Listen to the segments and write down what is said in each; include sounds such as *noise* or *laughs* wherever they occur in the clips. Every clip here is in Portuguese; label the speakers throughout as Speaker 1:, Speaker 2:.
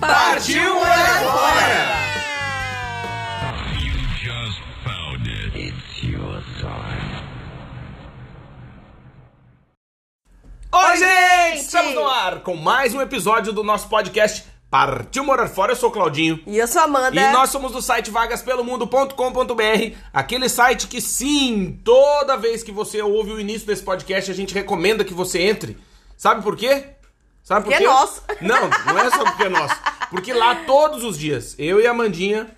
Speaker 1: Partiu morar fora!
Speaker 2: You just found it. It's your time.
Speaker 1: Oi, gente! Estamos no ar com mais um episódio do nosso podcast Partiu Morar Fora. Eu sou o Claudinho.
Speaker 3: E eu sou a Amanda.
Speaker 1: E nós somos do site vagaspelomundo.com.br, aquele site que sim, toda vez que você ouve o início desse podcast, a gente recomenda que você entre. Sabe por quê? Sabe por
Speaker 3: Porque
Speaker 1: quê?
Speaker 3: é nosso.
Speaker 1: *laughs* Não, não é só porque é nosso. Porque lá todos os dias, eu e a Mandinha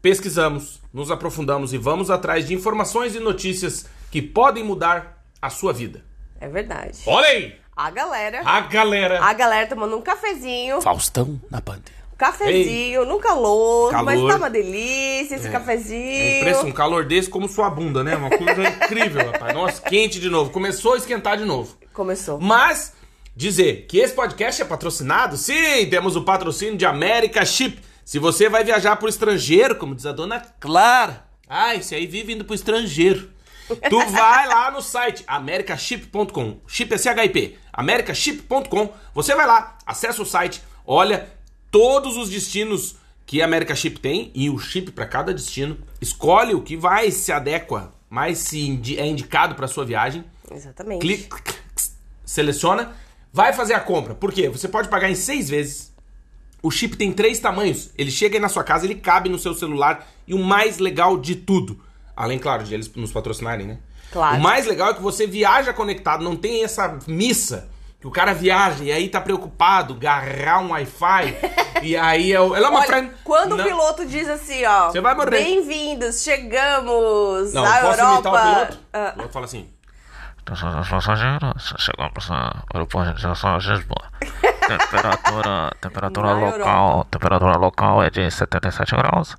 Speaker 1: pesquisamos, nos aprofundamos e vamos atrás de informações e notícias que podem mudar a sua vida.
Speaker 3: É verdade.
Speaker 1: Olha aí!
Speaker 3: A galera.
Speaker 1: A galera!
Speaker 3: A galera tomando um cafezinho.
Speaker 1: Faustão na Panther.
Speaker 3: Um cafezinho, no calor,
Speaker 1: Calor.
Speaker 3: Mas tá uma delícia esse
Speaker 1: É
Speaker 3: cafezinho.
Speaker 1: impressa um calor desse como sua bunda, né? Uma coisa incrível, rapaz. Nossa, quente de novo. Começou a esquentar de novo. Hum.
Speaker 3: Começou.
Speaker 1: Mas, dizer que esse podcast é patrocinado? Sim, temos o patrocínio de America Chip. Se você vai viajar pro estrangeiro, como diz a dona Clara. Ah, isso aí vive indo pro estrangeiro. Tu vai lá no site americaship.com. Chip é CHIP. americaship.com. Você vai lá, acessa o site, olha todos os destinos que a America Chip tem e o chip para cada destino. Escolhe o que vai se adequa, mais se indi- é indicado para sua viagem
Speaker 3: Exatamente.
Speaker 1: clica, seleciona, vai fazer a compra. Por quê? Você pode pagar em seis vezes. O chip tem três tamanhos. Ele chega aí na sua casa, ele cabe no seu celular e o mais legal de tudo, além claro de eles nos patrocinarem, né?
Speaker 3: Claro.
Speaker 1: O mais legal é que você viaja conectado, não tem essa missa que o cara viaja e aí tá preocupado, agarrar um
Speaker 3: *laughs*
Speaker 1: wi-fi e aí é, o- ela é uma
Speaker 3: Olha,
Speaker 1: friend-
Speaker 3: quando
Speaker 1: Não.
Speaker 3: o piloto diz assim, ó.
Speaker 1: Você vai morrer.
Speaker 3: Bem-vindos, chegamos
Speaker 1: não,
Speaker 3: à
Speaker 1: posso
Speaker 3: Europa.
Speaker 1: imitar o piloto?
Speaker 3: Ah,
Speaker 1: O piloto fala assim:
Speaker 4: Atenção dos passageiros, chegamos na aeroporto de
Speaker 3: *laughs*
Speaker 4: Lisboa. Temperatura, temperatura
Speaker 3: Na
Speaker 4: local, temperatura local é de 77 graus.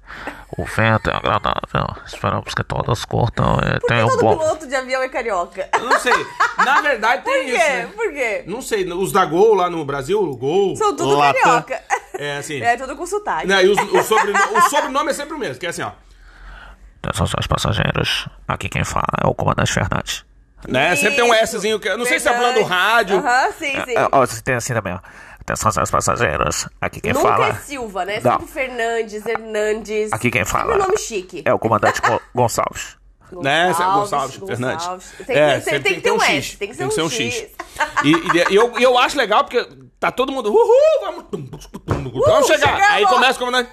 Speaker 4: O vento é agradável. Esperamos que todos curtam e tenham
Speaker 3: todo
Speaker 4: bom.
Speaker 3: piloto de avião é carioca.
Speaker 1: Eu não sei. Na verdade tem
Speaker 3: *laughs* Por
Speaker 1: isso.
Speaker 3: quê?
Speaker 1: né?
Speaker 3: Por quê?
Speaker 1: Não sei, os da Gol lá no Brasil, o Gol.
Speaker 3: São tudo
Speaker 1: Latam.
Speaker 3: carioca.
Speaker 1: É assim.
Speaker 3: *laughs* É tudo com sotaque.
Speaker 1: Não, e os- o, sobrenome, o sobrenome é sempre o mesmo, que é assim, ó.
Speaker 4: Atenção seus passageiros, aqui quem fala é o comandante Fernandes.
Speaker 1: Né? Sempre tem um
Speaker 3: Isso.
Speaker 1: Szinho que. eu Não sei se é falando do
Speaker 3: Verdade.
Speaker 1: rádio.
Speaker 3: Aham, sim, sim.
Speaker 4: É, ó, tem assim também, ó. Atenção seus passageiros, aqui quem
Speaker 3: Nunca
Speaker 4: fala
Speaker 3: é Silva, né?
Speaker 4: Não.
Speaker 3: Sempre Fernandes, Hernandes.
Speaker 4: Aqui quem fala-
Speaker 3: Sempre nome chique.
Speaker 4: é o comandante Go- Gonçalves.
Speaker 1: Né? Gonçalves,
Speaker 3: Gonçalves,
Speaker 1: Gonçalves, Fernandes. É,
Speaker 3: Tem que- tem- tem que ter um S, tem que ser um X.
Speaker 1: E, e- e eu, e eu acho legal porque tá todo mundo. Uhul, vamos, tum, tum, tum, tum, tum, vamos chegar.
Speaker 3: Uh, chegamos.
Speaker 1: Aí começa como. né?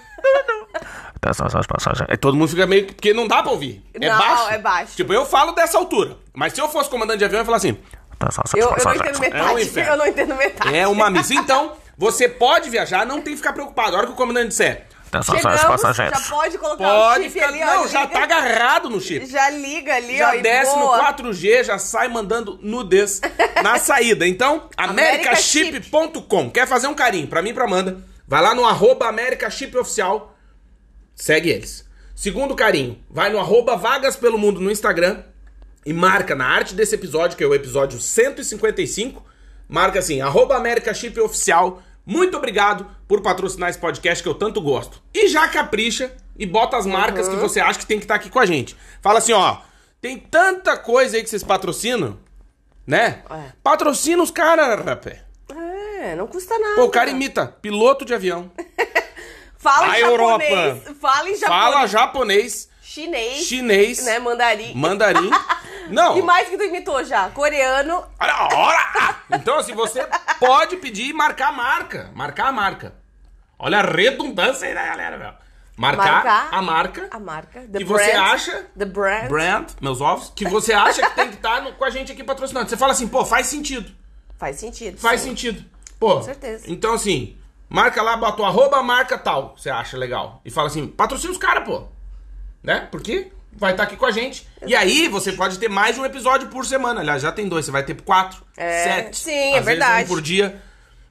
Speaker 4: Atenção seus passageiros. É
Speaker 1: Aí todo mundo fica meio. que- Porque não dá pra ouvir. É
Speaker 3: Não,
Speaker 1: baixo.
Speaker 3: é baixo.
Speaker 1: Tipo, eu falo dessa altura. Mas se eu fosse comandante de avião, eu ia falar assim.
Speaker 4: Atenção seus
Speaker 3: Eu, eu não
Speaker 4: passageiros.
Speaker 3: entendo metade.
Speaker 1: É um inferno.
Speaker 3: eu não entendo metade.
Speaker 1: É uma missa. Então, você pode viajar, não tem que ficar preocupado. A hora que o comandante disser,
Speaker 4: Atenção seus
Speaker 3: Chegamos,
Speaker 4: passageiros.
Speaker 3: já pode colocar o
Speaker 1: pode
Speaker 3: chip
Speaker 1: ficar.
Speaker 3: ali, ó.
Speaker 1: não, já
Speaker 3: liga-
Speaker 1: tá agarrado no chip.
Speaker 3: Já liga ali, ó.
Speaker 1: Já
Speaker 3: e
Speaker 1: desce no
Speaker 3: boa.
Speaker 1: 4G, já sai mandando nudez na saída. Então, americaship.com. Quer fazer um carinho pra mim e pra Amanda? Vai lá no arroba Americaship Oficial. Segue eles. Segundo carinho, vai no arroba Vagas Pelo Mundo no Instagram e marca na arte desse episódio, que é o episódio 155, marca assim, arroba Americaship Oficial. Muito obrigado por patrocinar esse podcast que eu tanto gosto. E já capricha e bota as marcas que você acha que tem que estar aqui com a gente. Fala assim, ó, tem tanta coisa aí que vocês patrocinam, né?
Speaker 3: É.
Speaker 1: Patrocina os caras, rapaz.
Speaker 3: É, não custa nada.
Speaker 1: Pô, o cara imita piloto de avião,
Speaker 3: Fala
Speaker 1: A
Speaker 3: em japonês.
Speaker 1: Europa.
Speaker 3: Fala em *laughs* japonês.
Speaker 1: fala japonês,
Speaker 3: Chinês.
Speaker 1: chinês,
Speaker 3: Né, mandarim. *laughs*
Speaker 1: mandarim. Não.
Speaker 3: E mais que tu imitou já? Coreano.
Speaker 1: Olha a hora! Ah! Então, assim, você pode pedir e marcar a marca. Marcar a marca. Olha a redundância aí da galera, velho. Marcar,
Speaker 3: Marcar
Speaker 1: a marca
Speaker 3: A marca. The
Speaker 1: que você
Speaker 3: brand.
Speaker 1: acha...
Speaker 3: The brand.
Speaker 1: Brand, meus ovos. Que você acha que tem que estar com a gente aqui patrocinando. Você fala assim, pô, faz sentido.
Speaker 3: Faz sentido.
Speaker 1: Faz sentido. Pô. Com
Speaker 3: certeza.
Speaker 1: Então, assim, marca lá, bota o arroba, marca tal, você acha legal. E fala assim, patrocina os caras, pô. Né? Porque vai estar aqui com a gente. E aí, você pode ter mais um episódio por semana. Aliás, já tem dois, você vai ter quatro,
Speaker 3: É,
Speaker 1: sete.
Speaker 3: sim, é
Speaker 1: às vezes um
Speaker 3: verdade.
Speaker 1: por dia.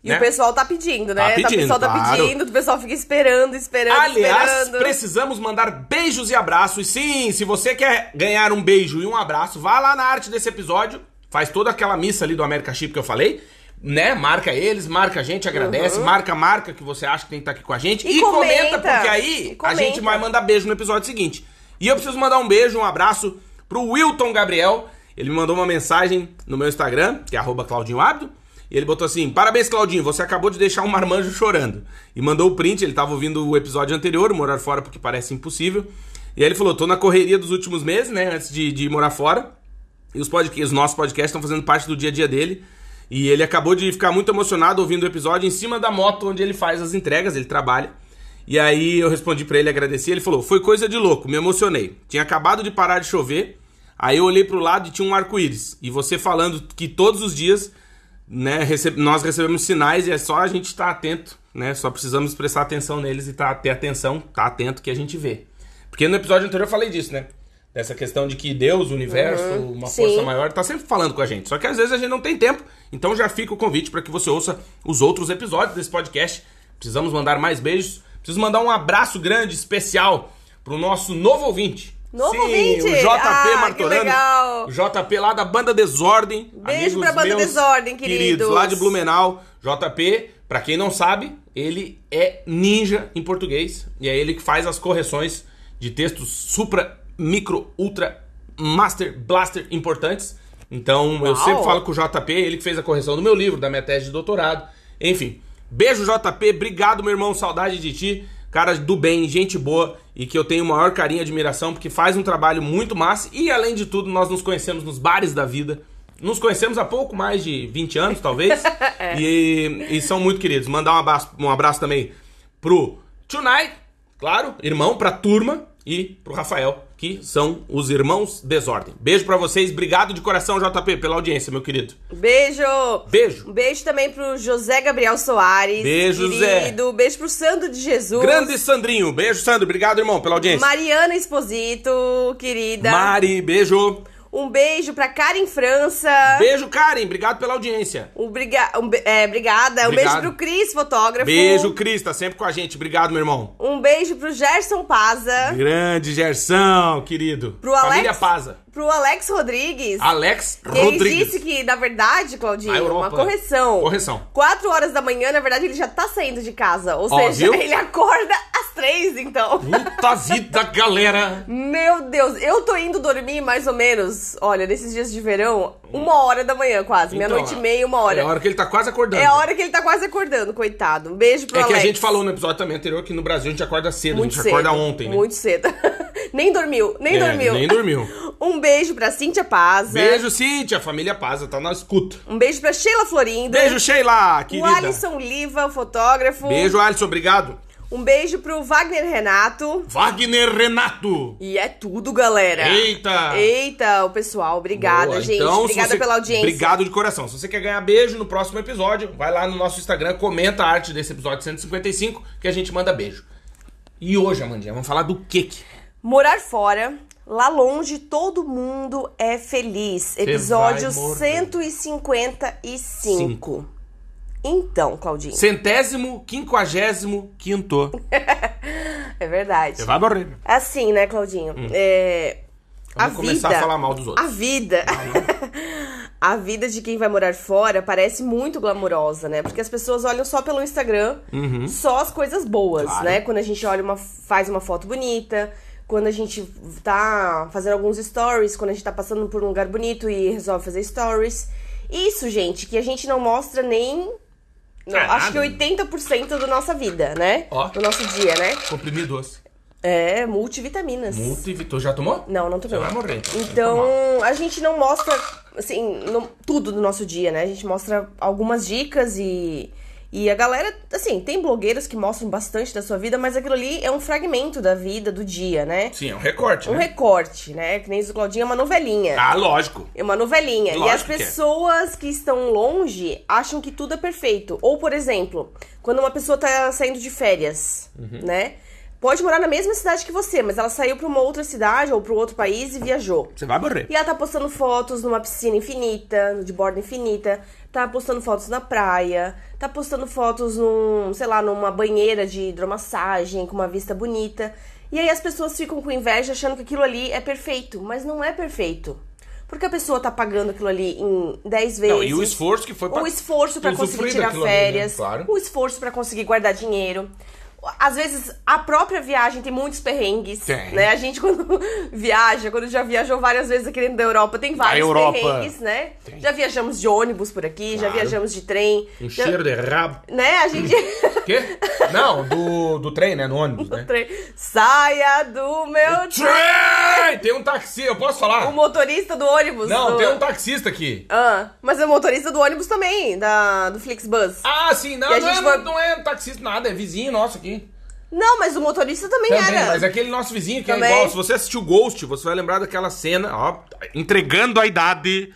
Speaker 3: E
Speaker 1: né?
Speaker 3: o pessoal tá pedindo, né?
Speaker 1: Tá pedindo,
Speaker 3: o pessoal tá
Speaker 1: claro.
Speaker 3: pedindo, o pessoal fica esperando, esperando,
Speaker 1: Aliás,
Speaker 3: esperando.
Speaker 1: precisamos mandar beijos e abraços. Sim, se você quer ganhar um beijo e um abraço, vá lá na arte desse episódio, faz toda aquela missa ali do America Chip que eu falei, né? Marca eles, marca a gente,
Speaker 3: Uhum.
Speaker 1: agradece, marca a marca que você acha que tem que estar aqui com a gente
Speaker 3: E
Speaker 1: e, comenta,
Speaker 3: comenta,
Speaker 1: porque aí
Speaker 3: e
Speaker 1: a
Speaker 3: comenta.
Speaker 1: gente vai mandar beijo no episódio seguinte. E eu preciso mandar um beijo, um abraço pro Wilton Gabriel. Ele me mandou uma mensagem no meu Instagram, que é arroba Claudinho Abdo. E ele botou assim: Parabéns, Claudinho, você acabou de deixar um marmanjo chorando. E mandou o print, ele tava ouvindo o episódio anterior, Morar Fora, porque parece impossível. E aí ele falou: Tô na correria dos últimos meses, né, antes de, de ir morar fora. E os, podca- os nossos podcasts estão fazendo parte do dia a dia dele. E ele acabou de ficar muito emocionado ouvindo o episódio em cima da moto onde ele faz as entregas, ele trabalha. E aí eu respondi pra ele, agradeci. Ele falou: Foi coisa de louco, me emocionei. Tinha acabado de parar de chover. Aí eu olhei pro lado e tinha um arco-íris. E você falando que todos os dias né, rece- nós recebemos sinais e é só a gente estar atento, né? Só precisamos prestar atenção neles e tá, ter atenção, tá atento que a gente vê. Porque no episódio anterior eu falei disso, né? Dessa questão de que Deus, o universo, uma força
Speaker 3: Uhum. sim.
Speaker 1: maior, tá sempre falando com a gente. Só que às vezes a gente não tem tempo. Então já fica o convite para que você ouça os outros episódios desse podcast. Precisamos mandar mais beijos. Preciso mandar um abraço grande, especial, pro nosso novo ouvinte.
Speaker 3: Novo
Speaker 1: Sim,
Speaker 3: ouvinte?
Speaker 1: o JP
Speaker 3: Ah, que
Speaker 1: Martorano.
Speaker 3: legal.
Speaker 1: O JP lá da Banda Desordem.
Speaker 3: Beijo
Speaker 1: Amigos
Speaker 3: pra Banda
Speaker 1: meus
Speaker 3: Desordem, queridos.
Speaker 1: Lá de Blumenau, JP, pra quem não sabe, ele é ninja em português. E é ele que faz as correções de textos supra, micro, ultra, master, blaster importantes. Então, eu
Speaker 3: Uau.
Speaker 1: sempre falo com o JP, ele que fez a correção do meu livro, da minha tese de doutorado. Enfim, beijo JP, obrigado meu irmão, saudade de ti. Cara do bem, gente boa e que eu tenho o maior carinho e admiração porque faz um trabalho muito massa e além de tudo nós nos conhecemos nos bares da vida. Nos conhecemos há pouco mais de 20 anos, talvez. e, e são muito queridos. Mandar um abraço, um abraço também pro Tonight, claro, irmão, pra turma e pro Rafael, que são os irmãos Desordem. Beijo pra vocês, obrigado de coração, JP, pela audiência, meu querido.
Speaker 3: Beijo!
Speaker 1: Beijo.
Speaker 3: Um beijo também pro José Gabriel Soares.
Speaker 1: Beijo, Zé.
Speaker 3: querido. Beijo pro Sandro de Jesus.
Speaker 1: Grande Sandrinho, beijo, Sandro, obrigado, irmão, pela audiência.
Speaker 3: Mariana Esposito, querida.
Speaker 1: Mari, beijo.
Speaker 3: Um beijo pra Karen França.
Speaker 1: Beijo, Karen, obrigado pela audiência.
Speaker 3: Obriga... Um be- é, obrigada. Um
Speaker 1: Obrigado.
Speaker 3: beijo pro Cris, fotógrafo.
Speaker 1: Beijo, Cris, tá sempre com a gente, obrigado, meu irmão.
Speaker 3: Um beijo pro Gerson Paza.
Speaker 1: Grande Gerson, querido.
Speaker 3: Pro Alex.
Speaker 1: Família Paza.
Speaker 3: Pro Alex Rodrigues.
Speaker 1: Alex
Speaker 3: que ele
Speaker 1: Rodrigues.
Speaker 3: disse que, na verdade, Claudinho,
Speaker 1: A Europa.
Speaker 3: uma correção.
Speaker 1: Correção.
Speaker 3: 4 horas da manhã, na verdade, ele já tá saindo de casa. Ou
Speaker 1: Ó,
Speaker 3: seja,
Speaker 1: viu?
Speaker 3: *laughs* ele acorda às três, então.
Speaker 1: Puta vida, galera.
Speaker 3: *laughs* Meu Deus, eu tô indo dormir mais ou menos, olha, nesses dias de verão, uma hora da manhã quase.
Speaker 1: Então,
Speaker 3: Meia-noite e meia, uma hora.
Speaker 1: É a hora que ele tá quase acordando.
Speaker 3: É a hora que ele tá quase acordando, coitado. Um beijo pro
Speaker 1: É que
Speaker 3: Alex.
Speaker 1: a gente falou no episódio também anterior que no Brasil a gente acorda cedo,
Speaker 3: muito
Speaker 1: a gente
Speaker 3: cedo,
Speaker 1: acorda ontem, né?
Speaker 3: Muito cedo. *laughs* nem dormiu, nem
Speaker 1: É,
Speaker 3: dormiu.
Speaker 1: Nem dormiu.
Speaker 3: *laughs* Um beijo pra Cíntia Paz.
Speaker 1: Beijo, Cíntia, família Paza, tá na escuta.
Speaker 3: Um beijo pra Sheila Florinda.
Speaker 1: Beijo, Sheila,
Speaker 3: O
Speaker 1: querida.
Speaker 3: Alisson Liva, o fotógrafo.
Speaker 1: Beijo, Alisson, obrigado.
Speaker 3: Um beijo pro Wagner Renato.
Speaker 1: Wagner Renato.
Speaker 3: E é tudo, galera.
Speaker 1: Eita.
Speaker 3: Eita, o pessoal, obrigada,
Speaker 1: Boa.
Speaker 3: gente.
Speaker 1: Então, se
Speaker 3: obrigada
Speaker 1: você-
Speaker 3: pela audiência.
Speaker 1: Obrigado de coração. Se você quer ganhar beijo no próximo episódio, vai lá no nosso Instagram, comenta a arte desse episódio 155 que a gente manda beijo. E hoje, Amandinha, vamos falar do que que... é?
Speaker 3: Morar fora, lá longe, todo mundo é feliz. Episódio
Speaker 1: vai morrer.
Speaker 3: 155. Então, Claudinho,
Speaker 1: Centésimo, quinquagésimo, quinto.
Speaker 3: é verdade.
Speaker 1: Você vai morrer.
Speaker 3: Assim, né, Claudinho? É,
Speaker 1: Hum. Vamos
Speaker 3: a
Speaker 1: começar
Speaker 3: vida,
Speaker 1: a falar mal dos outros. Uhum.
Speaker 3: A vida. *laughs* a vida de quem vai morar fora parece muito glamurosa, né? Porque as pessoas olham só pelo Instagram, só as coisas boas,
Speaker 1: Uhum. Claro.
Speaker 3: né? Quando a gente olha uma, faz uma foto bonita, quando a gente tá fazendo alguns stories, quando a gente tá passando por um lugar bonito e resolve fazer stories. Isso, gente, que a gente não mostra nem. não,
Speaker 1: É
Speaker 3: acho que
Speaker 1: nada.
Speaker 3: 80% da nossa vida, né?
Speaker 1: Ó.
Speaker 3: Do nosso dia, né?
Speaker 1: Comprimido doce.
Speaker 3: É, multivitaminas.
Speaker 1: Multi, Vitor, já tomou?
Speaker 3: Não, não tô
Speaker 1: Você
Speaker 3: vendo.
Speaker 1: vai morrer. então.
Speaker 3: Então, a gente não mostra, assim, não- tudo do nosso dia, né? A gente mostra algumas dicas e. E a galera, assim, tem blogueiras que mostram bastante da sua vida, mas aquilo ali é um fragmento da vida, do dia, né?
Speaker 1: Sim, é um recorte,
Speaker 3: Um
Speaker 1: né?
Speaker 3: recorte, né? Que nem isso, Claudinha, é uma novelinha.
Speaker 1: Ah, lógico.
Speaker 3: É uma novelinha. e
Speaker 1: Lógico
Speaker 3: as
Speaker 1: que é.
Speaker 3: pessoas que estão longe acham que
Speaker 1: Uhum.
Speaker 3: tudo é perfeito. Ou, por exemplo, quando uma pessoa tá saindo de férias, né? pode morar na mesma cidade que você, mas ela saiu pra uma outra cidade ou pra outro país e viajou.
Speaker 1: Você vai morrer.
Speaker 3: E ela tá postando fotos numa piscina infinita, de borda infinita, tá postando fotos na praia, tá postando fotos num, sei lá, numa banheira de hidromassagem com uma vista bonita. E aí as pessoas ficam com inveja achando que aquilo ali é perfeito, mas não é perfeito. Porque a pessoa tá pagando aquilo ali em 10 vezes.
Speaker 1: Não, e o esforço que foi pra-
Speaker 3: O esforço pra conseguir
Speaker 1: usufruir
Speaker 3: tirar
Speaker 1: daquilo ali, né?
Speaker 3: férias,
Speaker 1: Claro.
Speaker 3: o esforço pra conseguir guardar dinheiro. Às vezes a própria viagem tem muitos perrengues,
Speaker 1: Tem.
Speaker 3: né? A gente *laughs* quando viaja, quando já viajou várias vezes aqui dentro da Europa, tem vários
Speaker 1: Europa.
Speaker 3: perrengues, né?
Speaker 1: Tem.
Speaker 3: Já viajamos de ônibus por aqui, já
Speaker 1: Claro.
Speaker 3: viajamos de trem.
Speaker 1: Um
Speaker 3: já-
Speaker 1: cheiro de rabo.
Speaker 3: Né? A gente *laughs*
Speaker 1: Quê? Não, do, do trem, né? No ônibus, né?
Speaker 3: Trem. Saia do meu trem.
Speaker 1: Trem! Tem um taxi, eu posso falar?
Speaker 3: O motorista do ônibus.
Speaker 1: Não,
Speaker 3: do...
Speaker 1: tem um taxista aqui.
Speaker 3: Ah, mas é o motorista do ônibus também, da, do Flixbus.
Speaker 1: Ah, sim, não,
Speaker 3: E a
Speaker 1: não, é,
Speaker 3: gente foi-
Speaker 1: não é taxista nada, é vizinho nosso aqui.
Speaker 3: Não, mas o motorista também,
Speaker 1: Também,
Speaker 3: era.
Speaker 1: mas é aquele nosso vizinho que
Speaker 3: Também.
Speaker 1: é igual. Se você assistiu Ghost, você vai lembrar daquela cena, ó, entregando a idade.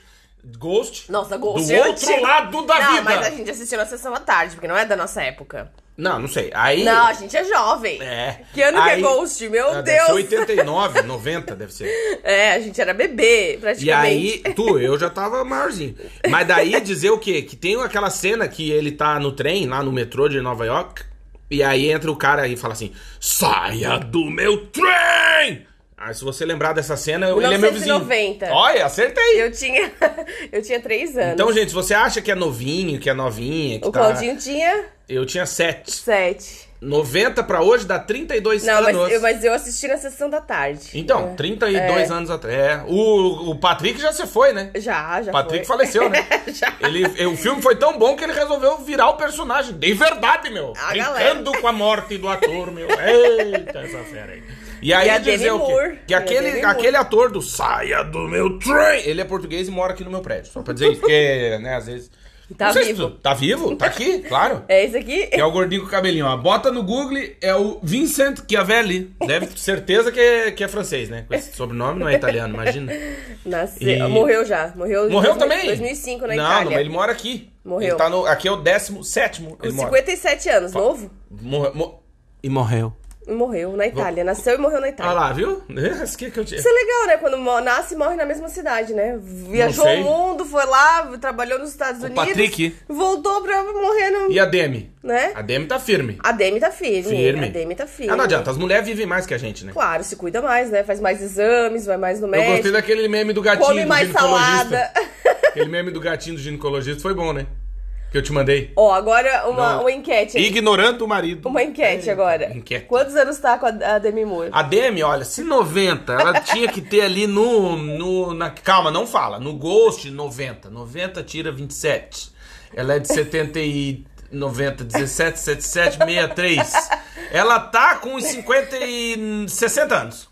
Speaker 1: Ghost?
Speaker 3: Nossa, Ghost.
Speaker 1: Do
Speaker 3: é
Speaker 1: outro
Speaker 3: antigo.
Speaker 1: lado da
Speaker 3: não,
Speaker 1: vida.
Speaker 3: mas a gente assistiu na sessão à tarde, porque não é da nossa época.
Speaker 1: Não, não sei. Aí.
Speaker 3: Não, a gente é jovem.
Speaker 1: É.
Speaker 3: Que ano que
Speaker 1: Aí-
Speaker 3: é Ghost? Meu
Speaker 1: Ah, Deve
Speaker 3: Deus.
Speaker 1: ser 89, 90, deve ser.
Speaker 3: É, a gente era bebê, praticamente.
Speaker 1: E aí, tu, eu já tava maiorzinho. Mas daí dizer o quê? Que tem aquela cena que ele tá no trem, lá no metrô de Nova York, e aí entra o cara e fala assim: saia do meu trem! Aí se você lembrar dessa cena, ele é meu vizinho.
Speaker 3: 1990.
Speaker 1: Olha, acertei!
Speaker 3: Eu tinha. *laughs* eu tinha três anos.
Speaker 1: Então, gente, se você acha que é novinho, que é novinha, que
Speaker 3: o
Speaker 1: tá.
Speaker 3: Claudinho tinha
Speaker 1: Eu tinha 7.
Speaker 3: sete.
Speaker 1: 90 pra hoje dá 32
Speaker 3: Não,
Speaker 1: anos.
Speaker 3: mas eu, mas eu assisti na sessão da tarde.
Speaker 1: Então, 32 anos atrás. É. O, o Patrick já se foi, né?
Speaker 3: Já, já.
Speaker 1: Patrick
Speaker 3: foi.
Speaker 1: faleceu, né?
Speaker 3: *laughs* Já.
Speaker 1: Ele, eh, o filme foi tão bom que ele resolveu virar o personagem. De verdade, meu.
Speaker 3: A
Speaker 1: Brincando com a morte do ator,
Speaker 3: *laughs*
Speaker 1: meu. Eita, essa fera aí. E aí
Speaker 3: E a
Speaker 1: dizer
Speaker 3: Demi
Speaker 1: o quê?
Speaker 3: Moore.
Speaker 1: Que
Speaker 3: E a
Speaker 1: aquele,
Speaker 3: Demi Moore.
Speaker 1: aquele ator do Saia do meu trem, ele é português e mora aqui no meu prédio. Só pra dizer isso, porque, né, às vezes...
Speaker 3: Tá
Speaker 1: Não sei se
Speaker 3: vivo.
Speaker 1: tu- tá vivo? Tá aqui, claro.
Speaker 3: É isso
Speaker 1: *laughs*
Speaker 3: aqui?
Speaker 1: Que é o gordinho com o cabelinho, ó. Bota no Google, é o Vincent Chiavelli. Deve ter certeza que é, que é francês, né? Com esse sobrenome não é italiano, imagina.
Speaker 3: Nasceu.
Speaker 1: E-
Speaker 3: Morreu já. Morreu, em
Speaker 1: Morreu
Speaker 3: 2000
Speaker 1: também?
Speaker 3: 2005 na
Speaker 1: não,
Speaker 3: Itália.
Speaker 1: Não, ele mora aqui.
Speaker 3: Morreu.
Speaker 1: Ele tá no, aqui é o 17 ele
Speaker 3: Com
Speaker 1: mora.
Speaker 3: 57 anos, novo?
Speaker 1: Morreu. mo- E morreu.
Speaker 3: E Morreu na Itália. Nasceu e morreu na
Speaker 1: Olha
Speaker 3: Itália.
Speaker 1: Tá lá, viu? *laughs* Esse que que eu tinha.
Speaker 3: Isso é legal, né? Quando mo- nasce e morre na mesma cidade, né? Viajou
Speaker 1: Não sei.
Speaker 3: o mundo, foi lá, trabalhou nos Estados Unidos.
Speaker 1: Patrick.
Speaker 3: Voltou pra morrer no.
Speaker 1: E a Demi?
Speaker 3: Né?
Speaker 1: A Demi tá firme.
Speaker 3: A Demi tá firme.
Speaker 1: Firme.
Speaker 3: A Demi tá firme.
Speaker 1: Ah, não adianta, as mulheres vivem mais que a gente, né?
Speaker 3: Claro, se cuida mais, né? Faz mais exames, vai mais no
Speaker 1: Eu
Speaker 3: médico.
Speaker 1: gostei daquele meme do gatinho
Speaker 3: Come
Speaker 1: do
Speaker 3: mais
Speaker 1: ginecologista.
Speaker 3: salada. *laughs*
Speaker 1: Aquele meme do gatinho do ginecologista foi bom, né? Que eu te mandei.
Speaker 3: Ó, agora uma,
Speaker 1: Não.
Speaker 3: uma enquete. aí.
Speaker 1: Ignorando o marido.
Speaker 3: Uma enquete agora.
Speaker 1: enquete. Ah.
Speaker 3: Quantos anos tá com a a Demi Moore?
Speaker 1: A Demi, olha, se 90, ela
Speaker 3: *laughs*
Speaker 1: tinha que ter ali no. no na, calma, não fala. No Ghost, 90. 90 tira 27. Ela é de 70 e. 90, 17, 77, 63. Ela tá com uns 50 e. 60 anos.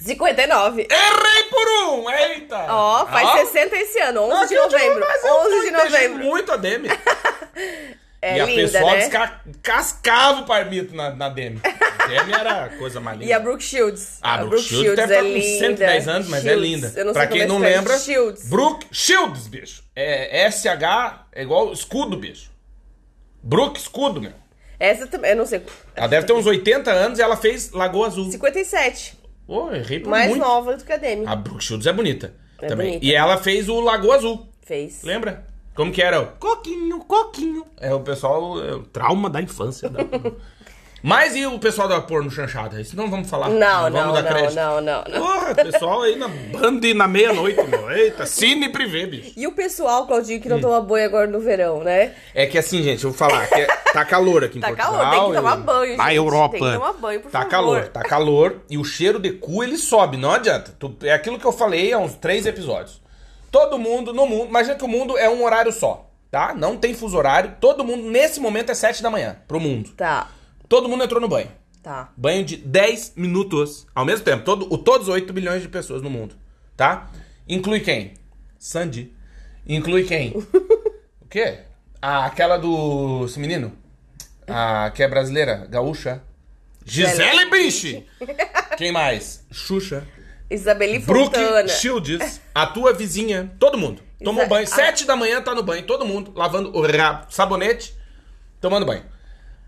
Speaker 3: 59.
Speaker 1: Errei por um! Eita!
Speaker 3: Ó, faz 60 esse ano, 11 de novembro. 11 de novembro.
Speaker 1: muito a Demi.
Speaker 3: *laughs* É
Speaker 1: e a
Speaker 3: linda,
Speaker 1: pessoa
Speaker 3: né?
Speaker 1: desca- cascava o parmito na, na Demi. A Demi era a coisa mais linda.
Speaker 3: E a Brooke Shields. é
Speaker 1: Ah, Brooke Shields deve estar com 110 anos, mas é
Speaker 3: Shields.
Speaker 1: linda.
Speaker 3: Eu não
Speaker 1: pra
Speaker 3: sei
Speaker 1: quem
Speaker 3: como
Speaker 1: não
Speaker 3: é que escreve.
Speaker 1: lembra,
Speaker 3: Shields.
Speaker 1: Brooke Shields, bicho. É SH é igual escudo, bicho. Brooke escudo, meu.
Speaker 3: Essa também, eu não sei.
Speaker 1: Ela deve ter uns 80 anos e ela fez Lagoa Azul.
Speaker 3: 57.
Speaker 1: Pô, errei por
Speaker 3: Mais
Speaker 1: muito.
Speaker 3: nova do que a Demi.
Speaker 1: A Brooke Shields é bonita
Speaker 3: É
Speaker 1: também.
Speaker 3: bonita.
Speaker 1: E ela fez o Lagoa Azul,
Speaker 3: Fez.
Speaker 1: lembra? Como que era? o Coquinho, coquinho. É o pessoal, é o trauma da infância.
Speaker 3: *laughs*
Speaker 1: Da... Mas e o pessoal da porno chanchada? Isso não vamos falar.
Speaker 3: Não,
Speaker 1: vamos
Speaker 3: não,
Speaker 1: dar
Speaker 3: não,
Speaker 1: crédito.
Speaker 3: não, não, não.
Speaker 1: Porra, pessoal aí na banda e na meia-noite, meu. Eita, cine privê, bicho.
Speaker 3: E o pessoal, Claudinho,
Speaker 1: Hum.
Speaker 3: que não toma banho agora no verão, né?
Speaker 1: É que assim, gente, eu vou falar, que é- tá calor aqui em
Speaker 3: Tá
Speaker 1: Portugal.
Speaker 3: calor, tem que
Speaker 1: e-
Speaker 3: tomar banho,
Speaker 1: Vai,
Speaker 3: gente,
Speaker 1: Europa.
Speaker 3: tem que tomar banho, por
Speaker 1: Tá
Speaker 3: favor.
Speaker 1: calor, tá calor. E o cheiro de cu, ele sobe, não adianta. Tu- é aquilo que eu falei há uns três episódios. Todo mundo no mundo... Imagina que o mundo é um horário só, tá? Não tem fuso horário. Todo mundo, nesse momento, é sete da manhã pro mundo.
Speaker 3: Tá,
Speaker 1: Todo mundo entrou no banho.
Speaker 3: tá.
Speaker 1: Banho de 10 minutos ao mesmo tempo. Todo, o, todos os 8 bilhões de pessoas no mundo, tá? Inclui quem? Sandy. Inclui
Speaker 3: *laughs*
Speaker 1: quem? o quê? Ah, aquela do. Esse menino? A que é brasileira? Gaúcha? Gisele
Speaker 3: *laughs*
Speaker 1: Biche! quem mais? Xuxa.
Speaker 3: Isabeli
Speaker 1: Brooke
Speaker 3: Fontana.
Speaker 1: Shields. A tua vizinha. Todo mundo. Tomou
Speaker 3: Isa-
Speaker 1: banho.
Speaker 3: Ah.
Speaker 1: Sete da manhã tá no banho. Todo mundo lavando o rabo. Sabonete. Tomando banho.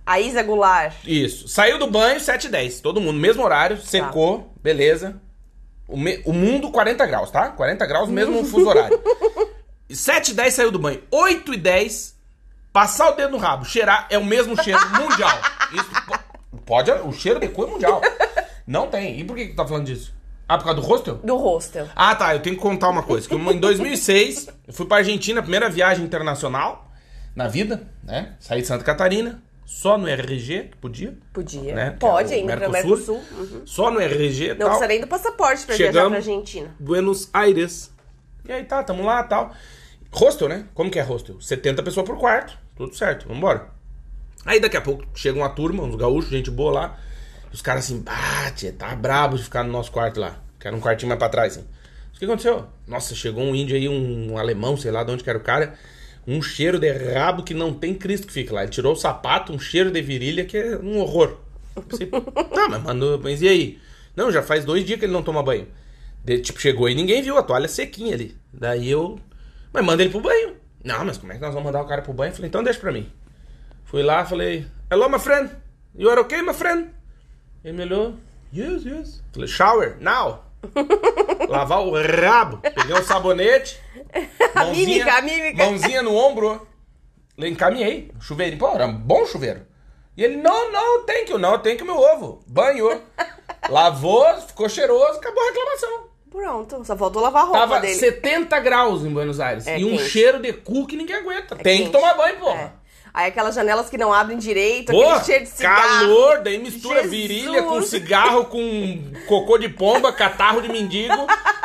Speaker 3: A Isa Goulart.
Speaker 1: Isso. Saiu do banho, 7 h 10. Todo mundo, mesmo horário, secou, beleza. O, me- o mundo, 40 graus, tá? 40 graus, mesmo fuso horário. 7 h 10 saiu do banho. 8 h 10, passar o dedo no rabo, cheirar, é o mesmo cheiro mundial. Isso po- pode, o cheiro de cu é mundial. Não tem. E por que que tu tá falando disso? Ah, por causa do rosto?
Speaker 3: Do hostel.
Speaker 1: Ah, tá. Eu tenho que contar uma coisa. Que em 2006, eu fui pra Argentina, primeira viagem internacional na vida, né? Saí de Santa Catarina, só no RG, que podia,
Speaker 3: Podia.
Speaker 1: né?
Speaker 3: Pode
Speaker 1: Que é o
Speaker 3: ainda pra
Speaker 1: Mercosul.
Speaker 3: Mercosul. Uhum.
Speaker 1: Só no RG e
Speaker 3: Não
Speaker 1: tal.
Speaker 3: precisa nem do passaporte pra viajar
Speaker 1: Chegamos.
Speaker 3: pra Argentina.
Speaker 1: Buenos Aires. E aí tá, tamo lá tal. Hostel, né? Como que é hostel? 70 pessoas por quarto. Tudo certo, vambora. Aí daqui a pouco chega uma turma, uns gaúchos, gente boa lá. Os caras assim, bate, tá brabo de ficar no nosso quarto lá. Que era um quartinho mais pra trás, assim. O que aconteceu? Nossa, chegou um índio aí, um alemão, sei lá de onde que era o cara. Um cheiro de rabo que não tem Cristo que fica lá. Ele tirou o sapato, um cheiro de virilha que é um horror. Eu Pensei, *laughs* tá, mas mandou, mas e aí? Não, já faz dois dias que ele não toma banho. De- tipo, chegou e ninguém viu a toalha sequinha ali. Daí eu. Mas manda ele pro banho. Não, mas como é que nós vamos mandar o cara pro banho? Eu falei, então deixa pra mim. Fui lá, falei, hello, my friend. You are okay, my friend? Ele me olhou, yes, yes. Falei, shower,
Speaker 3: *laughs*
Speaker 1: now. Lavar o rabo. Peguei um sabonete. mãozinha-
Speaker 3: mímica, *laughs* a mímica.
Speaker 1: Mãozinha no ombro. Le- Encaminhei. Chuveirinho. Pô, era um bom chuveiro. E ele, não, não, thank you, não, thank you, meu ovo.
Speaker 3: *laughs*
Speaker 1: Banhou. Lavou, ficou cheiroso, acabou a reclamação.
Speaker 3: Pronto, só faltou lavar a roupa
Speaker 1: Tava
Speaker 3: dele.
Speaker 1: 70 graus em Buenos Aires.
Speaker 3: É
Speaker 1: e um
Speaker 3: quente.
Speaker 1: cheiro de cu que ninguém aguenta.
Speaker 3: É
Speaker 1: Tem
Speaker 3: quente.
Speaker 1: que tomar banho, porra.
Speaker 3: É. Aí aquelas janelas que não abrem direito,
Speaker 1: Pô,
Speaker 3: aquele cheiro de cigarro.
Speaker 1: calor, daí mistura
Speaker 3: Jesus.
Speaker 1: virilha com cigarro, com cocô de pomba, catarro de mendigo.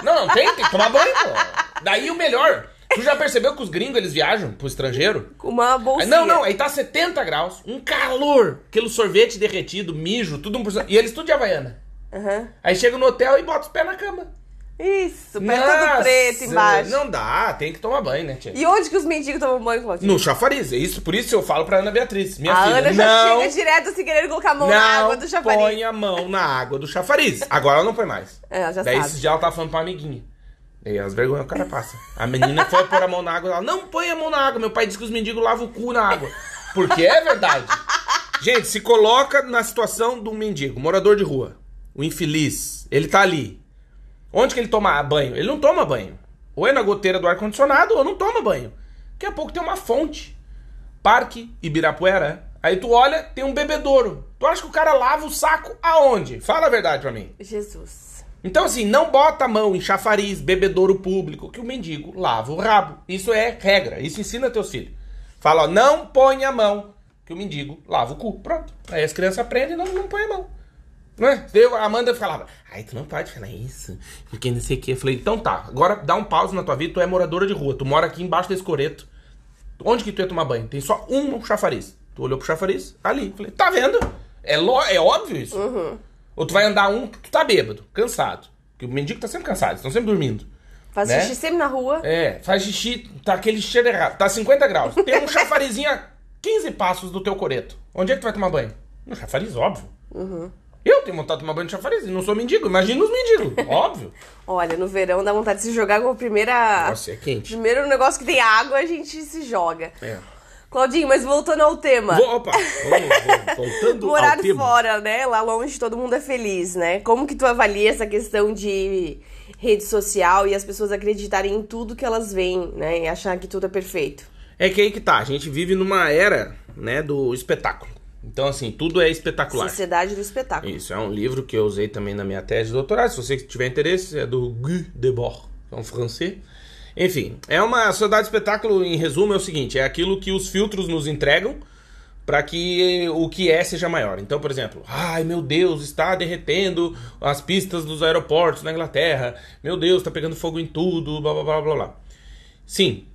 Speaker 1: Não, não tem, tem que tomar banho, pô. Daí o melhor. Tu já percebeu que os gringos, eles viajam pro estrangeiro?
Speaker 3: Com uma
Speaker 1: Aí,
Speaker 3: bolsinha.
Speaker 1: Não, não, aí tá 70 graus, um calor, aquele sorvete derretido, mijo, tudo um por cento. E eles tudo de Havaiana.
Speaker 3: Aham.
Speaker 1: Aí chega no hotel e bota os pés na cama.
Speaker 3: Isso, pé todo preto
Speaker 1: Nossa,
Speaker 3: embaixo.
Speaker 1: Não dá, tem que tomar banho, né, tia?
Speaker 3: E onde que os mendigos tomam banho, Claudinho?
Speaker 1: No chafariz, é isso, por isso eu falo pra Ana Beatriz, minha
Speaker 3: a
Speaker 1: filha,
Speaker 3: Ana já
Speaker 1: não,
Speaker 3: chega direto sem querer colocar a mão na água do
Speaker 1: não
Speaker 3: chafariz.
Speaker 1: põe a mão na água do chafariz. Agora ela não põe mais.
Speaker 3: É, ela já
Speaker 1: Daí
Speaker 3: sabe.
Speaker 1: esse dia ela tava falando pra amiguinha. Daí as vergonhas o cara passa. A menina foi pôr a mão na água, ela, não põe a mão na água, meu pai diz que os mendigos lavam o cu na água. Porque é verdade. Gente, se coloca na situação de um mendigo, morador de rua, o infeliz, ele tá ali. Onde que ele toma banho? Ele não toma banho. Ou é na goteira do ar-condicionado, ou não toma banho. Daqui a pouco tem uma fonte. Parque Ibirapuera. é? Aí tu olha, tem um bebedouro. Tu acha que o cara lava o saco aonde? Fala a verdade pra mim.
Speaker 3: Jesus.
Speaker 1: Então, assim, não bota a mão em chafariz, bebedouro público, que o mendigo lava o rabo. Isso é regra. Isso ensina teus filhos. Fala, ó, não põe a mão, que o mendigo lava o cu. Pronto. Aí as crianças aprendem e não, não põe a mão. Não é? Daí a Amanda falava, ai, tu não pode falar isso, porque não sei o que. Eu falei, então tá, agora dá um pause na tua vida, tu é moradora de rua, tu mora aqui embaixo desse coreto. Onde que tu ia tomar banho? Tem só um chafariz. Tu olhou pro chafariz, ali. Falei, tá vendo? É, lo- é óbvio isso. Ou tu vai andar um, tu tá bêbado, cansado. Porque o mendigo tá sempre cansado, estão sempre dormindo.
Speaker 3: Faz
Speaker 1: Né?
Speaker 3: xixi sempre na rua.
Speaker 1: É, faz xixi, tá aquele cheiro errado. Tá 50 graus. Tem um chafarizinho a 15 passos do teu coreto. Onde é que tu vai tomar banho? No chafariz, óbvio. Eu tenho vontade de tomar banho no chafariz e não sou mendigo. Imagina os mendigos, óbvio.
Speaker 3: Olha, no verão dá vontade de se jogar com a primeira...
Speaker 1: Nossa, é quente.
Speaker 3: Primeiro negócio que tem água, a gente se joga.
Speaker 1: É.
Speaker 3: Claudinho, mas voltando ao tema.
Speaker 1: Vou, opa, vou- vou- voltando
Speaker 3: Morar
Speaker 1: ao tema.
Speaker 3: fora, né? Lá longe todo mundo é feliz, né? Como que tu avalia essa questão de rede social e as pessoas acreditarem em tudo que elas veem, né? E achar que tudo é perfeito.
Speaker 1: É que aí que tá, a gente vive numa era, né, do espetáculo. Então, assim, tudo é espetacular.
Speaker 3: Sociedade do espetáculo.
Speaker 1: Isso, é um livro que eu usei também na minha tese de doutorado. Se você tiver interesse, é do Guy Debord, que é um francês. Enfim, é uma sociedade de espetáculo, em resumo, é o seguinte: é aquilo que os filtros nos entregam para que o que é seja maior. Então, por exemplo, ai meu Deus, está derretendo as pistas dos aeroportos na Inglaterra, meu Deus, está pegando fogo em tudo, blá blá blá blá blá. Sim.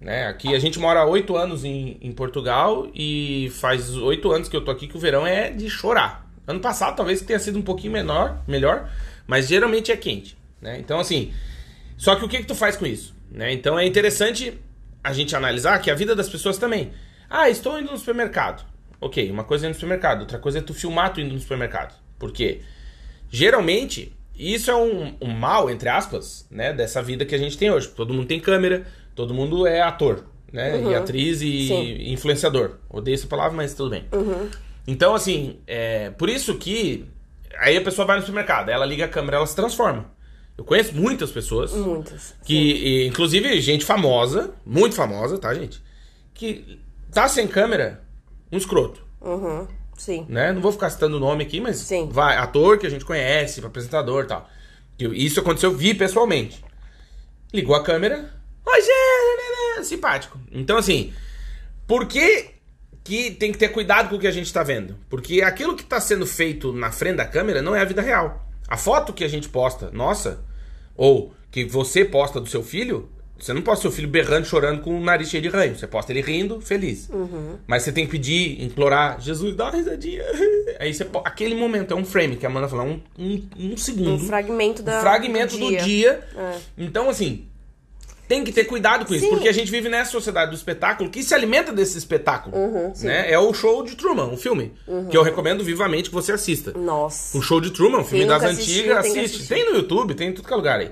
Speaker 1: Né? Aqui a gente mora há oito anos em, em Portugal e faz oito anos que eu tô aqui que o verão é de chorar. Ano passado talvez tenha sido um pouquinho menor, melhor, mas geralmente é quente. Né? Então, assim. Só que o que, que tu faz com isso? Né? Então é interessante a gente analisar que a vida das pessoas também. Ah, estou indo no supermercado. Ok, uma coisa é ir no supermercado, outra coisa é tu filmar tu indo no supermercado. Por quê? geralmente, e isso é um, um mal, entre aspas, né, dessa vida que a gente tem hoje. Todo mundo tem câmera, todo mundo é ator. né? E atriz e
Speaker 3: Sim.
Speaker 1: influenciador. Odeio essa palavra, mas tudo bem. Então, assim, é, por isso que aí a pessoa vai no supermercado, ela liga a câmera, ela se transforma. Eu conheço muitas pessoas
Speaker 3: Muitas.
Speaker 1: que, e, inclusive, gente famosa, muito famosa, tá, gente? Que tá sem câmera, um escroto
Speaker 3: Uhum. Sim.
Speaker 1: né? Não vou ficar citando o nome aqui, mas
Speaker 3: Sim.
Speaker 1: vai, ator que a gente conhece, apresentador e tal. E Isso aconteceu, eu vi pessoalmente. Ligou a câmera. Oi, gente! né, né, Simpático. Então, assim, por que, que tem que ter cuidado com o que a gente tá vendo? Porque aquilo que tá sendo feito na frente da câmera não é a vida real. A foto que a gente posta, nossa, ou que você posta do seu filho, você não posta seu filho berrando, chorando com o nariz cheio de ranho. Você posta ele rindo, feliz.
Speaker 3: Uhum.
Speaker 1: Mas você tem que pedir, implorar, Jesus, dá uma risadinha. *laughs* Aí você. po- Aquele momento, é um frame que a Amanda falou, é um, um, um segundo.
Speaker 3: Um fragmento da. É.
Speaker 1: Um fragmento do dia. Então, assim, tem que ter cuidado com isso,
Speaker 3: Sim.
Speaker 1: porque a gente vive nessa sociedade do espetáculo que se alimenta desse espetáculo.
Speaker 3: Uhum,
Speaker 1: né? É o show de Truman, o filme, que eu recomendo vivamente que você assista.
Speaker 3: Nossa.
Speaker 1: O show de Truman, um filme
Speaker 3: nunca
Speaker 1: das
Speaker 3: assistiu,
Speaker 1: antigas,
Speaker 3: tem que
Speaker 1: assiste.
Speaker 3: assistir.
Speaker 1: Tem no YouTube, tem em tudo que é lugar aí.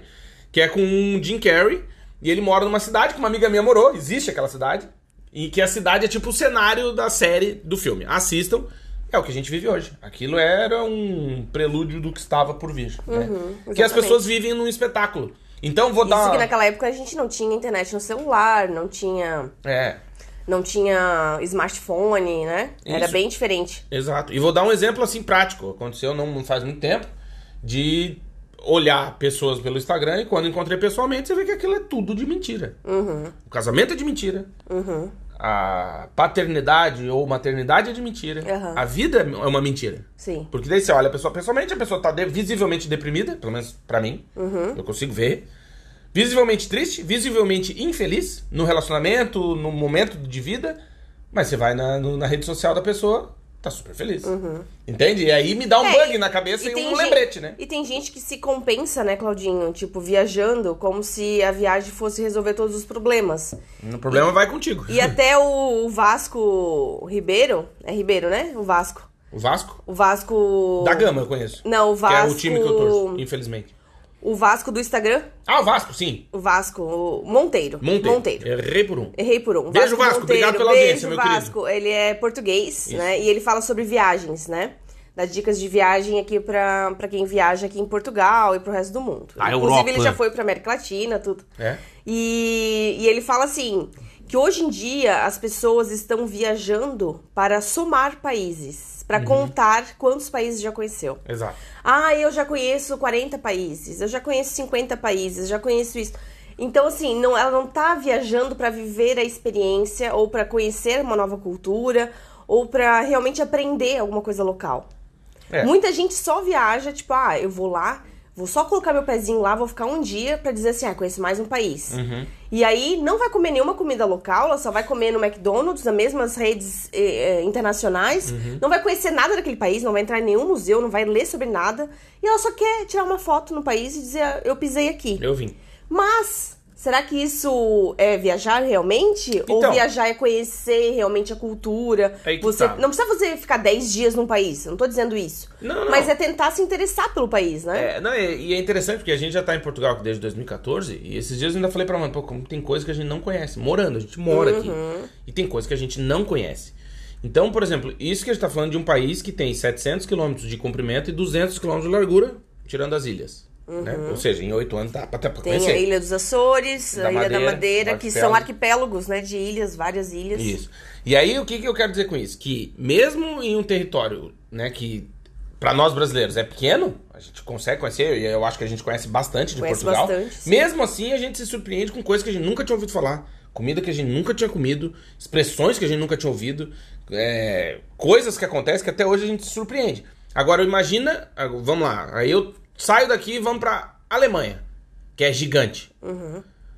Speaker 1: Que é com o Jim Carrey, e ele mora numa cidade que uma amiga minha morou, existe aquela cidade, e que a cidade é tipo o cenário da série do filme. Assistam, é o que a gente vive hoje. Aquilo era um prelúdio do que estava por vir. né? Que as
Speaker 3: Uhum, exatamente.
Speaker 1: pessoas vivem num espetáculo. Então vou dar.
Speaker 3: Isso que naquela época a gente não tinha internet no celular, não tinha.
Speaker 1: É,
Speaker 3: Não tinha smartphone, né? Era
Speaker 1: Isso.
Speaker 3: bem diferente.
Speaker 1: Exato. E vou dar um exemplo assim prático. Aconteceu não não faz muito tempo de olhar pessoas pelo Instagram e quando encontrei pessoalmente, você vê que aquilo é tudo de mentira.
Speaker 3: Uhum.
Speaker 1: O casamento é de mentira. A paternidade ou maternidade é de mentira.
Speaker 3: Aham.
Speaker 1: A vida é uma mentira.
Speaker 3: Sim.
Speaker 1: Porque daí você olha a pessoa pessoalmente, a pessoa tá de- visivelmente deprimida, pelo menos pra mim.
Speaker 3: Uhum.
Speaker 1: Eu consigo ver. Visivelmente triste, visivelmente infeliz no relacionamento, no momento de vida. Mas você vai na, no- na rede social da pessoa, tá super feliz. Entende? E aí me dá um
Speaker 3: É,
Speaker 1: bug na cabeça e, um
Speaker 3: gen-
Speaker 1: lembrete, né?
Speaker 3: E tem gente que se compensa, né, Claudinho? Tipo, viajando, como se a viagem fosse resolver todos os problemas.
Speaker 1: O problema vai contigo. *laughs*
Speaker 3: E até o Vasco Ribeiro, é Ribeiro, né? O Vasco.
Speaker 1: O Vasco?
Speaker 3: O Vasco.
Speaker 1: Da Gama eu conheço.
Speaker 3: Não, o
Speaker 1: Que é
Speaker 3: Vasco.
Speaker 1: o time que eu torço, infelizmente.
Speaker 3: O Vasco do Instagram.
Speaker 1: Ah, o Vasco, sim.
Speaker 3: O Vasco, o Monteiro.
Speaker 1: Monteiro.
Speaker 3: Monteiro.
Speaker 1: Errei por um.
Speaker 3: Errei por um.
Speaker 1: Beijo, Vasco. Obrigado pela audiência,
Speaker 3: Beijo,
Speaker 1: meu querido.
Speaker 3: Vasco. Ele é português, né? E ele fala sobre viagens, né? Dá dicas de viagem aqui pra, pra quem viaja aqui em Portugal e pro resto do mundo.
Speaker 1: A
Speaker 3: Inclusive,
Speaker 1: Europa.
Speaker 3: ele já foi pra América Latina, tudo.
Speaker 1: É.
Speaker 3: E, e ele fala assim: que hoje em dia as pessoas estão viajando para somar países,
Speaker 1: Uhum.
Speaker 3: pra contar quantos países já conheceu.
Speaker 1: Exato.
Speaker 3: Ah, eu já conheço 40 países, eu já conheço 50 países, já conheço isso. Então, assim, não- ela não tá viajando para viver a experiência ou para conhecer uma nova cultura ou para realmente aprender alguma coisa local.
Speaker 1: É.
Speaker 3: Muita gente só viaja, tipo, ah, eu vou lá, vou só colocar meu pezinho lá, vou ficar um dia pra dizer assim, ah, conheço mais um país. E aí não vai comer nenhuma comida local, ela só vai comer no McDonald's, nas mesmas redes eh, eh, internacionais, não vai conhecer nada daquele país, não vai entrar em nenhum museu, não vai ler sobre nada. E ela só quer tirar uma foto no país e dizer, ah, eu pisei aqui.
Speaker 1: Eu vim.
Speaker 3: Mas. Será que isso é viajar realmente? Ou
Speaker 1: Então.
Speaker 3: viajar é conhecer realmente a cultura?
Speaker 1: Aí que
Speaker 3: você
Speaker 1: tá.
Speaker 3: não precisa você ficar 10 dias num país, eu não tô dizendo isso.
Speaker 1: Não, não.
Speaker 3: Mas é tentar se interessar pelo país, né?
Speaker 1: É, não, e, e é interessante porque a gente já tá em Portugal desde 2014 e esses dias eu ainda falei pra mano, pô, como tem coisa que a gente não conhece, morando, a gente mora aqui. E tem coisa que a gente não conhece. Então, por exemplo, isso que a gente tá falando de um país que tem 700 quilômetros de comprimento e 200 quilômetros de largura, tirando as ilhas. né? Ou seja, em oito anos dá pra, até pra
Speaker 3: Tem
Speaker 1: conhecer.
Speaker 3: a Ilha dos Açores,
Speaker 1: Da
Speaker 3: a Ilha da
Speaker 1: Madeira,
Speaker 3: Madeira,
Speaker 1: o
Speaker 3: que
Speaker 1: arquipélago.
Speaker 3: são arquipélagos, né? De ilhas, várias ilhas.
Speaker 1: Isso. E aí, o que, que eu quero dizer com isso? Que mesmo em um território, né, que pra nós brasileiros é pequeno, a gente consegue conhecer, e eu acho que a gente conhece bastante de
Speaker 3: Conhece
Speaker 1: Portugal.
Speaker 3: bastante, sim.
Speaker 1: mesmo assim, a gente se surpreende com coisas que a gente nunca tinha ouvido falar, comida que a gente nunca tinha comido, expressões que a gente nunca tinha ouvido, é, coisas que acontecem que até hoje a gente se surpreende. Agora, imagina, ah, vamos lá, aí eu saio daqui e vamos pra Alemanha, que é gigante.
Speaker 3: Uhum.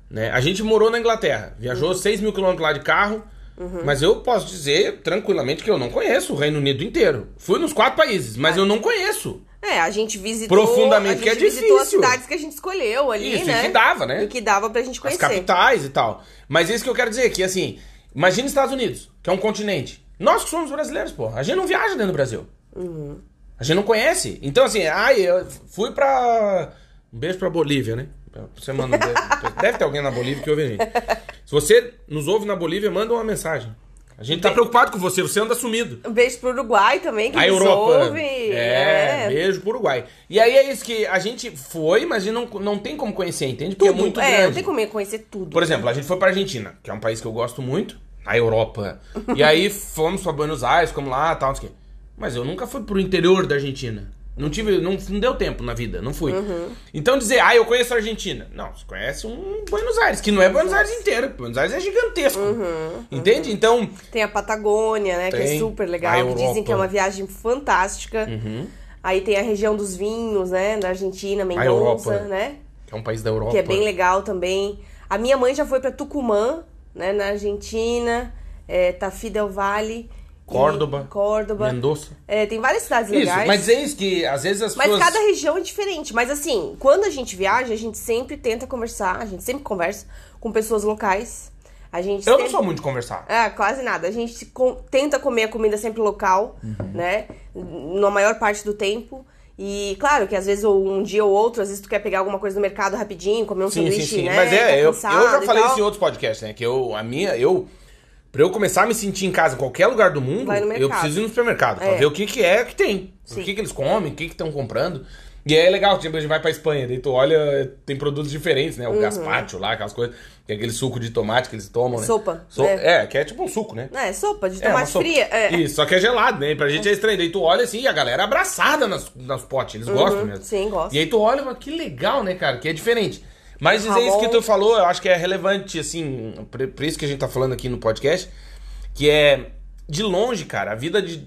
Speaker 1: Né? A gente morou na Inglaterra, viajou 6 mil quilômetros lá de carro,
Speaker 3: Uhum.
Speaker 1: mas eu posso dizer tranquilamente que eu não conheço o Reino Unido inteiro. Fui nos quatro países, mas
Speaker 3: Ah.
Speaker 1: eu não conheço.
Speaker 3: É, a gente visitou.
Speaker 1: Profundamente,
Speaker 3: a gente
Speaker 1: que é
Speaker 3: visitou as
Speaker 1: difícil.
Speaker 3: cidades que a gente escolheu ali,
Speaker 1: Isso, e
Speaker 3: né?
Speaker 1: que dava, né?
Speaker 3: E que dava pra gente
Speaker 1: As
Speaker 3: conhecer.
Speaker 1: capitais e tal. Mas é isso que eu quero dizer, que assim, imagina os Estados Unidos, que é um continente. Nós que somos brasileiros, pô, a gente não viaja dentro do Brasil.
Speaker 3: Uhum.
Speaker 1: A gente não conhece. Então, assim, ai, eu fui pra. Um beijo pra Bolívia, né? Você manda.
Speaker 3: *laughs*
Speaker 1: Deve, deve ter alguém na Bolívia que ouve a gente. Se você nos ouve na Bolívia, manda uma mensagem. A gente tá preocupado com você, você anda sumido.
Speaker 3: Um beijo pro Uruguai também, que
Speaker 1: A
Speaker 3: nos
Speaker 1: Europa. né?
Speaker 3: ouve.
Speaker 1: É, beijo pro Uruguai. E aí é isso que a gente foi, mas não, não tem como conhecer, entende? Porque
Speaker 3: Tudo.
Speaker 1: é muito
Speaker 3: é,
Speaker 1: grande.
Speaker 3: não tem como eu conhecer tudo.
Speaker 1: Por exemplo, a gente foi pra Argentina, que é um país que eu gosto muito, a
Speaker 3: *laughs*
Speaker 1: Europa. E aí fomos pra Buenos Aires, como lá, tal, não sei o quê. Mas eu nunca fui pro interior da Argentina. Não tive, não, não deu tempo na vida, não fui.
Speaker 3: Uhum.
Speaker 1: Então dizer, ah, eu conheço a Argentina. Não, você conhece um Buenos Aires, que não é Buenos Aires inteiro. Buenos Aires é gigantesco.
Speaker 3: Uhum,
Speaker 1: Entende? Então,
Speaker 3: Tem a Patagônia, né? Que é
Speaker 1: Tem.
Speaker 3: super
Speaker 1: A
Speaker 3: legal. que dizem
Speaker 1: Europa. Uhum.
Speaker 3: que é uma viagem fantástica. Aí tem a região dos vinhos, né? Da Argentina, Mendoza,
Speaker 1: Europa.
Speaker 3: né?
Speaker 1: é um país da Europa.
Speaker 3: Que é bem legal também. A minha mãe já foi pra Tucumã, né? Na Argentina, é, Tafí del Valle. e-
Speaker 1: Córdoba.
Speaker 3: Córdoba.
Speaker 1: Mendoza.
Speaker 3: É, tem várias cidades
Speaker 1: Isso,
Speaker 3: legais.
Speaker 1: mas é isso que às vezes as
Speaker 3: Mas
Speaker 1: pessoas...
Speaker 3: cada região é diferente. Mas assim, quando a gente viaja, a gente sempre tenta conversar, a gente sempre conversa com pessoas locais. A gente
Speaker 1: Eu não
Speaker 3: sempre-
Speaker 1: sou muito de conversar.
Speaker 3: é, quase nada. A gente com- tenta comer a comida sempre local,
Speaker 1: Uhum.
Speaker 3: né? Na maior parte do tempo. E claro que às vezes ou um dia ou outro, às vezes tu quer pegar alguma coisa no mercado rapidinho, comer um sanduíche, né?
Speaker 1: Mas
Speaker 3: tá
Speaker 1: é, eu, eu já
Speaker 3: cansado e
Speaker 1: falei
Speaker 3: tal.
Speaker 1: isso em outros podcasts, né? Que eu, a minha, eu. Pra eu começar a me sentir em casa em qualquer lugar do mundo,
Speaker 3: Vai no
Speaker 1: eu
Speaker 3: mercado.
Speaker 1: preciso ir no supermercado pra
Speaker 3: É.
Speaker 1: ver o que, que é que tem.
Speaker 3: Sim.
Speaker 1: O que, que eles comem, o que estão comprando. E aí é legal, tipo, a gente vai pra Espanha, daí tu olha, tem produtos diferentes, né? O
Speaker 3: Uhum.
Speaker 1: gazpacho lá, aquelas coisas. Tem aquele suco de tomate que eles tomam, né?
Speaker 3: Sopa,
Speaker 1: So-
Speaker 3: é.
Speaker 1: é. que é tipo um suco, né?
Speaker 3: É, sopa de
Speaker 1: É, uma
Speaker 3: tomate
Speaker 1: sopa.
Speaker 3: fria. É.
Speaker 1: Isso, só que é gelado, né? Pra gente é estranho. Daí tu olha assim, e a galera é abraçada nas, nas potes, eles gostam mesmo.
Speaker 3: Uhum. sim, gostam. Tá
Speaker 1: E aí tu olha e fala, que legal, né, cara? Que é diferente. Mas dizer isso
Speaker 3: Ramon.
Speaker 1: que tu falou, eu acho que é relevante, assim, por por isso que a gente tá falando aqui no podcast, que é, de longe, cara, a vida de-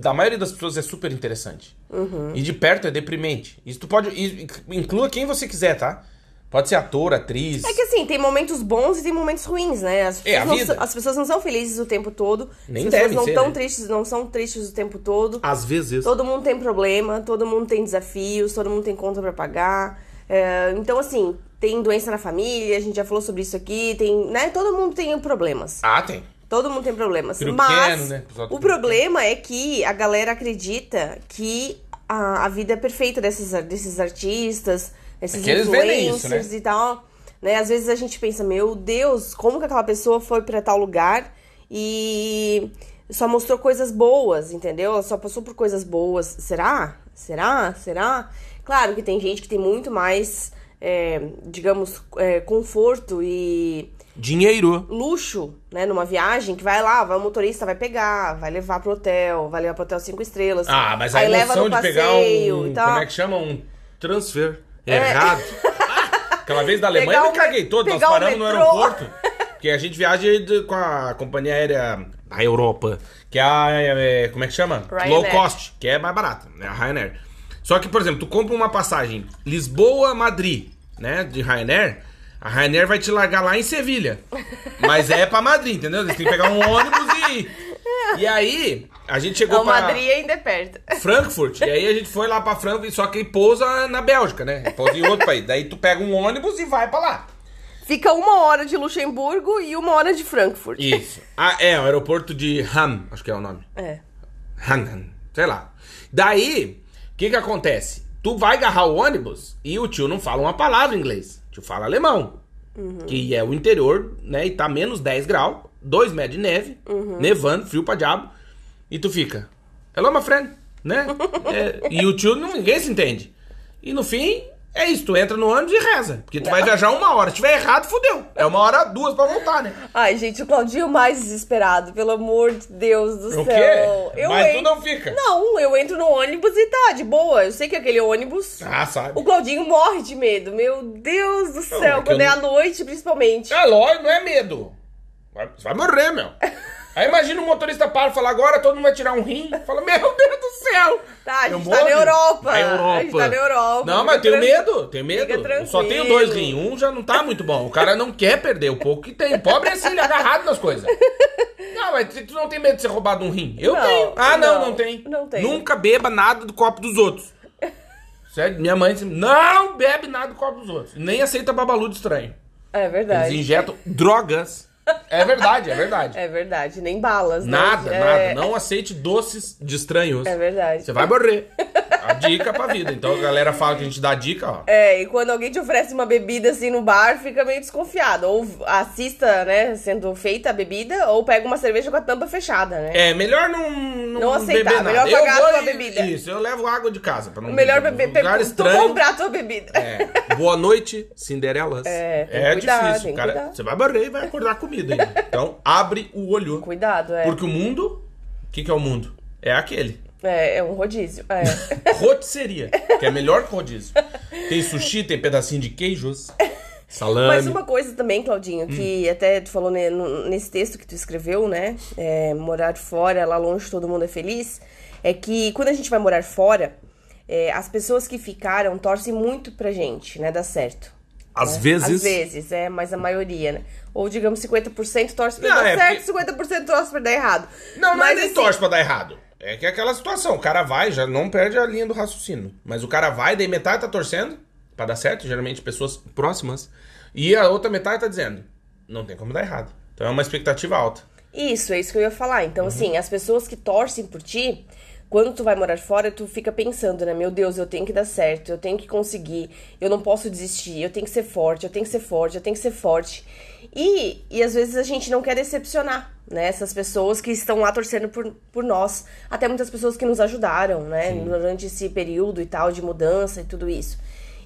Speaker 1: da maioria das pessoas é super interessante.
Speaker 3: Uhum.
Speaker 1: E de perto é deprimente. Isso tu pode... e- Inclua quem você quiser, tá? Pode ser ator, atriz...
Speaker 3: É que assim, tem momentos bons e tem momentos ruins, né? As
Speaker 1: É,
Speaker 3: pessoas,
Speaker 1: a
Speaker 3: não,
Speaker 1: vida.
Speaker 3: são- as pessoas não são felizes o tempo todo.
Speaker 1: Nem
Speaker 3: as pessoas
Speaker 1: devem
Speaker 3: não
Speaker 1: ser,
Speaker 3: tão
Speaker 1: né?
Speaker 3: tristes, não são tristes o tempo todo.
Speaker 1: Às vezes...
Speaker 3: Todo mundo tem problema, todo mundo tem desafios, todo mundo tem conta pra pagar. É, então, assim, tem doença na família, a gente já falou sobre isso aqui, tem, né? Todo mundo tem problemas.
Speaker 1: Ah, tem.
Speaker 3: Todo mundo tem problemas.
Speaker 1: Filho
Speaker 3: Mas
Speaker 1: pequeno, né? Pessoal tem
Speaker 3: o
Speaker 1: filho
Speaker 3: problema é que a galera acredita que a, a vida é perfeita desses, ar- desses artistas, desses
Speaker 1: É que eles vendem isso,
Speaker 3: influencers e tal. Né? Às vezes a gente pensa, meu Deus, como que aquela pessoa foi pra tal lugar e só mostrou coisas boas, entendeu? Ela só passou por coisas boas. Será? Será? Será? Claro que tem gente que tem muito mais, é, digamos, é, conforto e
Speaker 1: Dinheiro.
Speaker 3: luxo, né, numa viagem, que vai lá, vai o motorista, vai pegar, vai levar pro hotel, vai levar pro hotel cinco estrelas.
Speaker 1: Ah, mas a
Speaker 3: assim. aí leva
Speaker 1: emoção
Speaker 3: no
Speaker 1: de pegar
Speaker 3: passeio
Speaker 1: um.
Speaker 3: e tal. É.
Speaker 1: Como é que chama? Um transfer. É
Speaker 3: *laughs*
Speaker 1: Errado. Aquela vez da Alemanha
Speaker 3: Pegar
Speaker 1: eu
Speaker 3: o
Speaker 1: me
Speaker 3: me-
Speaker 1: caguei todo. Nós
Speaker 3: pegar o
Speaker 1: paramos no
Speaker 3: metrô. *laughs*
Speaker 1: aeroporto. Porque a gente viaja de- com a companhia aérea da Europa. Que é a. é, como é que chama?
Speaker 3: Ryanair.
Speaker 1: Low cost, que é mais barato, né? A Ryanair. Só que, por exemplo, tu compra uma passagem Lisboa-Madrid, né? De Ryanair. A Ryanair vai te largar lá em Sevilha. Mas é pra Madrid, entendeu? Você tem que pegar um ônibus e. ir. E aí, a gente chegou
Speaker 3: Não,
Speaker 1: pra.
Speaker 3: Madrid ainda é perto.
Speaker 1: Frankfurt. E aí a gente foi lá pra Frankfurt, só que pousa na Bélgica, né? Pousa em outro país. Daí tu pega um ônibus e vai pra lá.
Speaker 3: *laughs* Fica uma hora de Luxemburgo e uma hora de Frankfurt.
Speaker 1: Isso. Ah, é, o aeroporto de Ham, acho que é o nome.
Speaker 3: É.
Speaker 1: Han, Han, sei lá. Daí, o que que acontece? Tu vai agarrar o ônibus e o tio não fala uma palavra em inglês. O tio fala alemão.
Speaker 3: Uhum.
Speaker 1: Que é o interior, né? E tá menos 10 graus, 2 metros de neve,
Speaker 3: Uhum.
Speaker 1: nevando, frio pra diabo. E tu fica, hello my friend,
Speaker 3: *laughs*
Speaker 1: né? É, e o tio, não- ninguém se entende. E no fim, é isso. Tu entra no ônibus e reza. Porque tu vai viajar uma hora. Se tiver errado, fudeu. É uma hora, duas pra voltar, né?
Speaker 3: Ai, gente, o Claudinho mais desesperado, pelo amor de Deus do
Speaker 1: O
Speaker 3: céu.
Speaker 1: quê? Mas tu não fica.
Speaker 3: Não, eu entro no ônibus e tá, de boa. Eu sei que aquele ônibus.
Speaker 1: Ah, sabe.
Speaker 3: O Claudinho morre de medo. Meu Deus do
Speaker 1: é
Speaker 3: céu,
Speaker 1: que
Speaker 3: quando
Speaker 1: eu
Speaker 3: é à
Speaker 1: não-
Speaker 3: noite, principalmente.
Speaker 1: É lógico, não é medo. Vai, você vai morrer, meu.
Speaker 3: *laughs*
Speaker 1: Aí imagina o motorista para e fala, agora todo mundo vai tirar um rim. Fala, meu Deus do céu.
Speaker 3: Tá, a gente
Speaker 1: Eu
Speaker 3: tá
Speaker 1: morro.
Speaker 3: na Europa.
Speaker 1: Na Europa.
Speaker 3: A gente tá na Europa.
Speaker 1: Não, mas eu
Speaker 3: Fica
Speaker 1: tenho
Speaker 3: tranquilo.
Speaker 1: medo, tenho medo.
Speaker 3: Fica
Speaker 1: Eu Só tenho
Speaker 3: tranquilo.
Speaker 1: dois rins. Um já não tá muito bom. O cara não quer perder o pouco que tem. Pobre é assim, ele é agarrado nas coisas. Não, mas tu não tem medo de ser roubado um rim? Eu
Speaker 3: Não,
Speaker 1: tenho. Ah, não,
Speaker 3: não,
Speaker 1: não, tem.
Speaker 3: não tenho.
Speaker 1: Nunca beba nada do copo dos
Speaker 3: *laughs*
Speaker 1: outros. Sério, minha mãe disse, não bebe nada do copo dos outros. Nem aceita babaludo estranho.
Speaker 3: É
Speaker 1: Eles
Speaker 3: verdade.
Speaker 1: injetam drogas. É verdade, é verdade.
Speaker 3: É verdade. Nem balas. né?
Speaker 1: *laughs* Nada,
Speaker 3: É-
Speaker 1: nada. Não aceite doces de estranhos.
Speaker 3: É verdade.
Speaker 1: Você vai morrer. A dica pra vida. Então a galera fala que a gente dá dica, ó.
Speaker 3: É, e quando alguém te oferece uma bebida assim no bar, fica meio desconfiado. Ou assista, né, sendo feita a bebida, ou pega uma cerveja com a tampa fechada, né?
Speaker 1: É, melhor não. Não,
Speaker 3: Não aceitar,
Speaker 1: beber nada.
Speaker 3: melhor
Speaker 1: Eu
Speaker 3: pagar a
Speaker 1: vou
Speaker 3: tua
Speaker 1: e-
Speaker 3: bebida.
Speaker 1: Isso, eu levo água de casa pra não
Speaker 3: O melhor
Speaker 1: beber.
Speaker 3: beber,
Speaker 1: Um lugar
Speaker 3: tu
Speaker 1: estranho.
Speaker 3: comprar a tua bebida.
Speaker 1: É. Boa noite, Cinderelas.
Speaker 3: É, tem que
Speaker 1: é
Speaker 3: cuidar,
Speaker 1: difícil,
Speaker 3: tem que
Speaker 1: cara.
Speaker 3: cuidar.
Speaker 1: Você vai morrer e vai acordar comida ainda. Então, abre o olho.
Speaker 3: *laughs* Cuidado, é.
Speaker 1: Porque o mundo. O que, que é o mundo? É aquele.
Speaker 3: É, é um rodízio. É.
Speaker 1: Rotisseria, que é melhor que rodízio. Tem sushi, tem pedacinho de queijos, salame.
Speaker 3: Mas uma coisa também, Claudinho,
Speaker 1: Hum.
Speaker 3: que até tu falou ne- no- nesse texto que tu escreveu, né? É, morar fora, lá longe todo mundo é feliz. É que quando a gente vai morar fora, é, as pessoas que ficaram torcem muito pra gente, né? Dar certo.
Speaker 1: Às
Speaker 3: né?
Speaker 1: vezes.
Speaker 3: Às vezes, é, mas a maioria, né? Ou digamos 50% torce pra
Speaker 1: Não,
Speaker 3: dar
Speaker 1: é
Speaker 3: certo, 50% torce pra dar errado.
Speaker 1: Não, não é
Speaker 3: mas
Speaker 1: nem
Speaker 3: assim,
Speaker 1: torce pra dar errado. É que é aquela situação, o cara vai, já não perde a linha do raciocínio. Mas o cara vai, daí metade tá torcendo pra dar certo, geralmente pessoas próximas. E a outra metade tá dizendo, não tem como dar errado. Então é uma expectativa alta.
Speaker 3: Isso, é isso que eu ia falar. Então, assim, as pessoas que torcem por ti, quando tu vai morar fora, tu fica pensando, né? Meu Deus, eu tenho que dar certo, eu tenho que conseguir, eu não posso desistir, eu tenho que ser forte, eu tenho que ser forte, eu tenho que ser forte. E, e às vezes a gente não quer decepcionar, né? Essas pessoas que estão lá torcendo por, por nós. Até muitas pessoas que nos ajudaram, né? Durante esse período e tal, de mudança e tudo isso.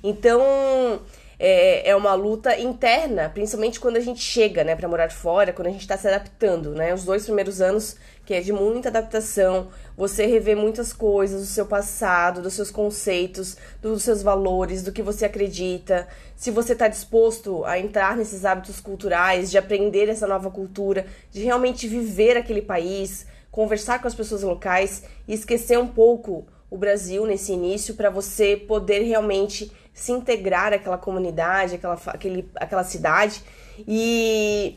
Speaker 3: Então, é, é uma luta interna, principalmente quando a gente chega, né, pra morar fora, quando a gente tá se adaptando, né? Os dois primeiros anos, que é de muita adaptação, você revê muitas coisas do seu passado, dos seus conceitos, dos seus valores, do que você acredita, se você tá disposto a entrar nesses hábitos culturais, de aprender essa nova cultura, de realmente viver aquele país, conversar com as pessoas locais e esquecer um pouco o Brasil nesse início para você poder realmente se integrar àquela comunidade, àquela, fa- àquele, àquela cidade. E,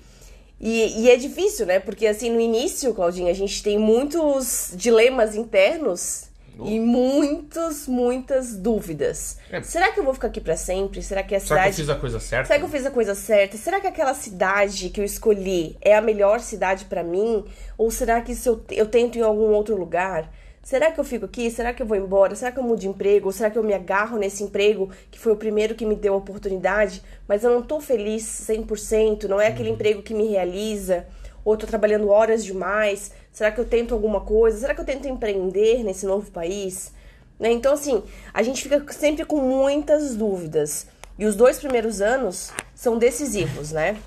Speaker 3: e, e é difícil, né? Porque assim, no início, Claudinha, a gente tem muitos dilemas internos e muitas, muitas dúvidas.
Speaker 1: Oh. É.
Speaker 3: Será que eu vou ficar aqui para sempre? Será que a
Speaker 1: Será que eu
Speaker 3: cidade
Speaker 1: fiz a coisa certa?
Speaker 3: Será que eu fiz a coisa certa? Será que aquela cidade que eu escolhi é a melhor cidade pra mim? Ou será que se eu, eu tento em algum outro lugar? Será que eu fico aqui? Será que eu vou embora? Será que eu mudo de emprego? Ou será que eu me agarro nesse emprego que foi o primeiro que me deu a oportunidade, mas eu não tô feliz 100%, não é aquele emprego que me realiza? Ou eu tô trabalhando horas demais? Será que eu tento alguma coisa? Será que eu tento empreender nesse novo país? né? Então, assim, a gente fica sempre com muitas dúvidas. E os dois primeiros anos são decisivos, né?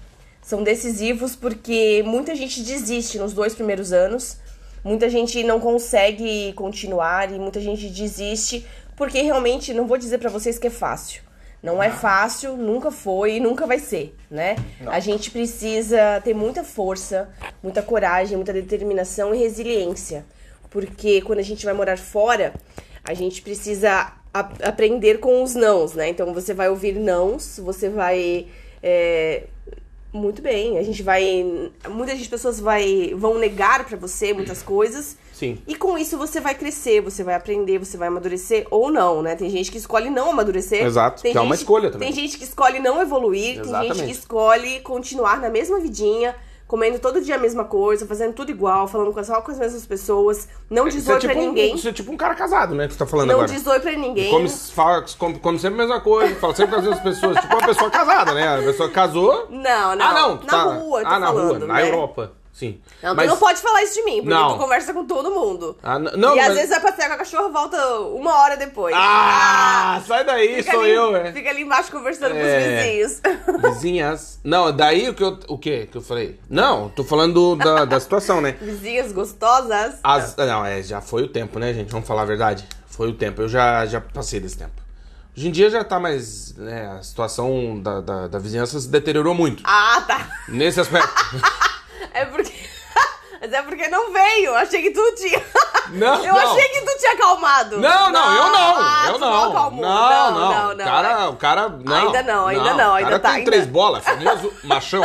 Speaker 3: São decisivos porque muita gente desiste nos dois primeiros anos, muita gente não consegue continuar e muita gente desiste porque realmente, não vou dizer pra vocês que é fácil. Não é fácil, nunca foi e nunca vai ser, né? A gente precisa ter muita força, muita coragem, muita determinação e resiliência porque quando a gente vai morar fora, a gente precisa a- aprender com os nãos, né? Então você vai ouvir nãos, você vai. é, muito bem, a gente vai. Muitas das pessoas vai, vão negar pra você muitas coisas.
Speaker 1: Sim.
Speaker 3: E com isso você vai crescer, você vai aprender, você vai amadurecer ou não, né? Tem gente que escolhe não amadurecer.
Speaker 1: Exato,
Speaker 3: Tem
Speaker 1: que é uma
Speaker 3: gente-
Speaker 1: escolha também.
Speaker 3: Tem gente que escolhe não evoluir, tem gente que
Speaker 1: Exatamente.
Speaker 3: escolhe continuar na mesma vidinha, comendo todo dia a mesma coisa, fazendo tudo igual, falando com- só com as mesmas pessoas, não diz
Speaker 1: Isso é,
Speaker 3: oi
Speaker 1: tipo
Speaker 3: pra
Speaker 1: um,
Speaker 3: ninguém,
Speaker 1: isso é tipo um cara casado, né? Que você tá falando
Speaker 3: não
Speaker 1: agora.
Speaker 3: diz oi pra ninguém.
Speaker 1: Come, fala- come- come sempre a mesma coisa, fala sempre com as mesmas pessoas. Tipo uma pessoa casada, né? A pessoa casou.
Speaker 3: Não, não.
Speaker 1: Ah, não.
Speaker 3: Na
Speaker 1: tá.
Speaker 3: rua, eu tô
Speaker 1: Ah, na
Speaker 3: falando,
Speaker 1: rua, na
Speaker 3: né?
Speaker 1: Europa. Sim.
Speaker 3: Não,
Speaker 1: Mas-
Speaker 3: tu não pode falar isso de mim, porque
Speaker 1: Não.
Speaker 3: tu conversa com todo mundo.
Speaker 1: Ah, n- não,
Speaker 3: e às
Speaker 1: mas-
Speaker 3: vezes vai passear com a cachorra volta uma hora depois.
Speaker 1: Ah, sai daí,
Speaker 3: fica
Speaker 1: sou
Speaker 3: ali,
Speaker 1: eu, é.
Speaker 3: Fica ali embaixo conversando
Speaker 1: É.
Speaker 3: com os vizinhos. *laughs*
Speaker 1: Vizinhas. Não, daí o que eu. O quê que eu falei? Não, tô falando da, da situação, né?
Speaker 3: Vizinhas gostosas. *laughs*
Speaker 1: As- não, é, já foi o tempo, né, gente? Vamos falar a verdade. Foi o tempo. Eu já, já passei desse tempo. Hoje em dia já tá mais. Né, a situação da, da, da vizinhança se deteriorou muito.
Speaker 3: Ah, tá.
Speaker 1: Nesse aspecto.
Speaker 3: É porque. *laughs* Mas é porque não veio. Eu achei que tu tinha.
Speaker 1: Não,
Speaker 3: *laughs* Eu
Speaker 1: não.
Speaker 3: achei que Ah, tu tinha acalmado.
Speaker 1: Não, não, eu não.
Speaker 3: Ah,
Speaker 1: eu
Speaker 3: tu
Speaker 1: não.
Speaker 3: acalmou.
Speaker 1: Não, não. O cara, o cara não.
Speaker 3: Ainda não, ainda não,
Speaker 1: O
Speaker 3: ainda
Speaker 1: cara
Speaker 3: tá,
Speaker 1: tem
Speaker 3: ainda-
Speaker 1: três bolas, famoso
Speaker 3: *laughs*
Speaker 1: machão.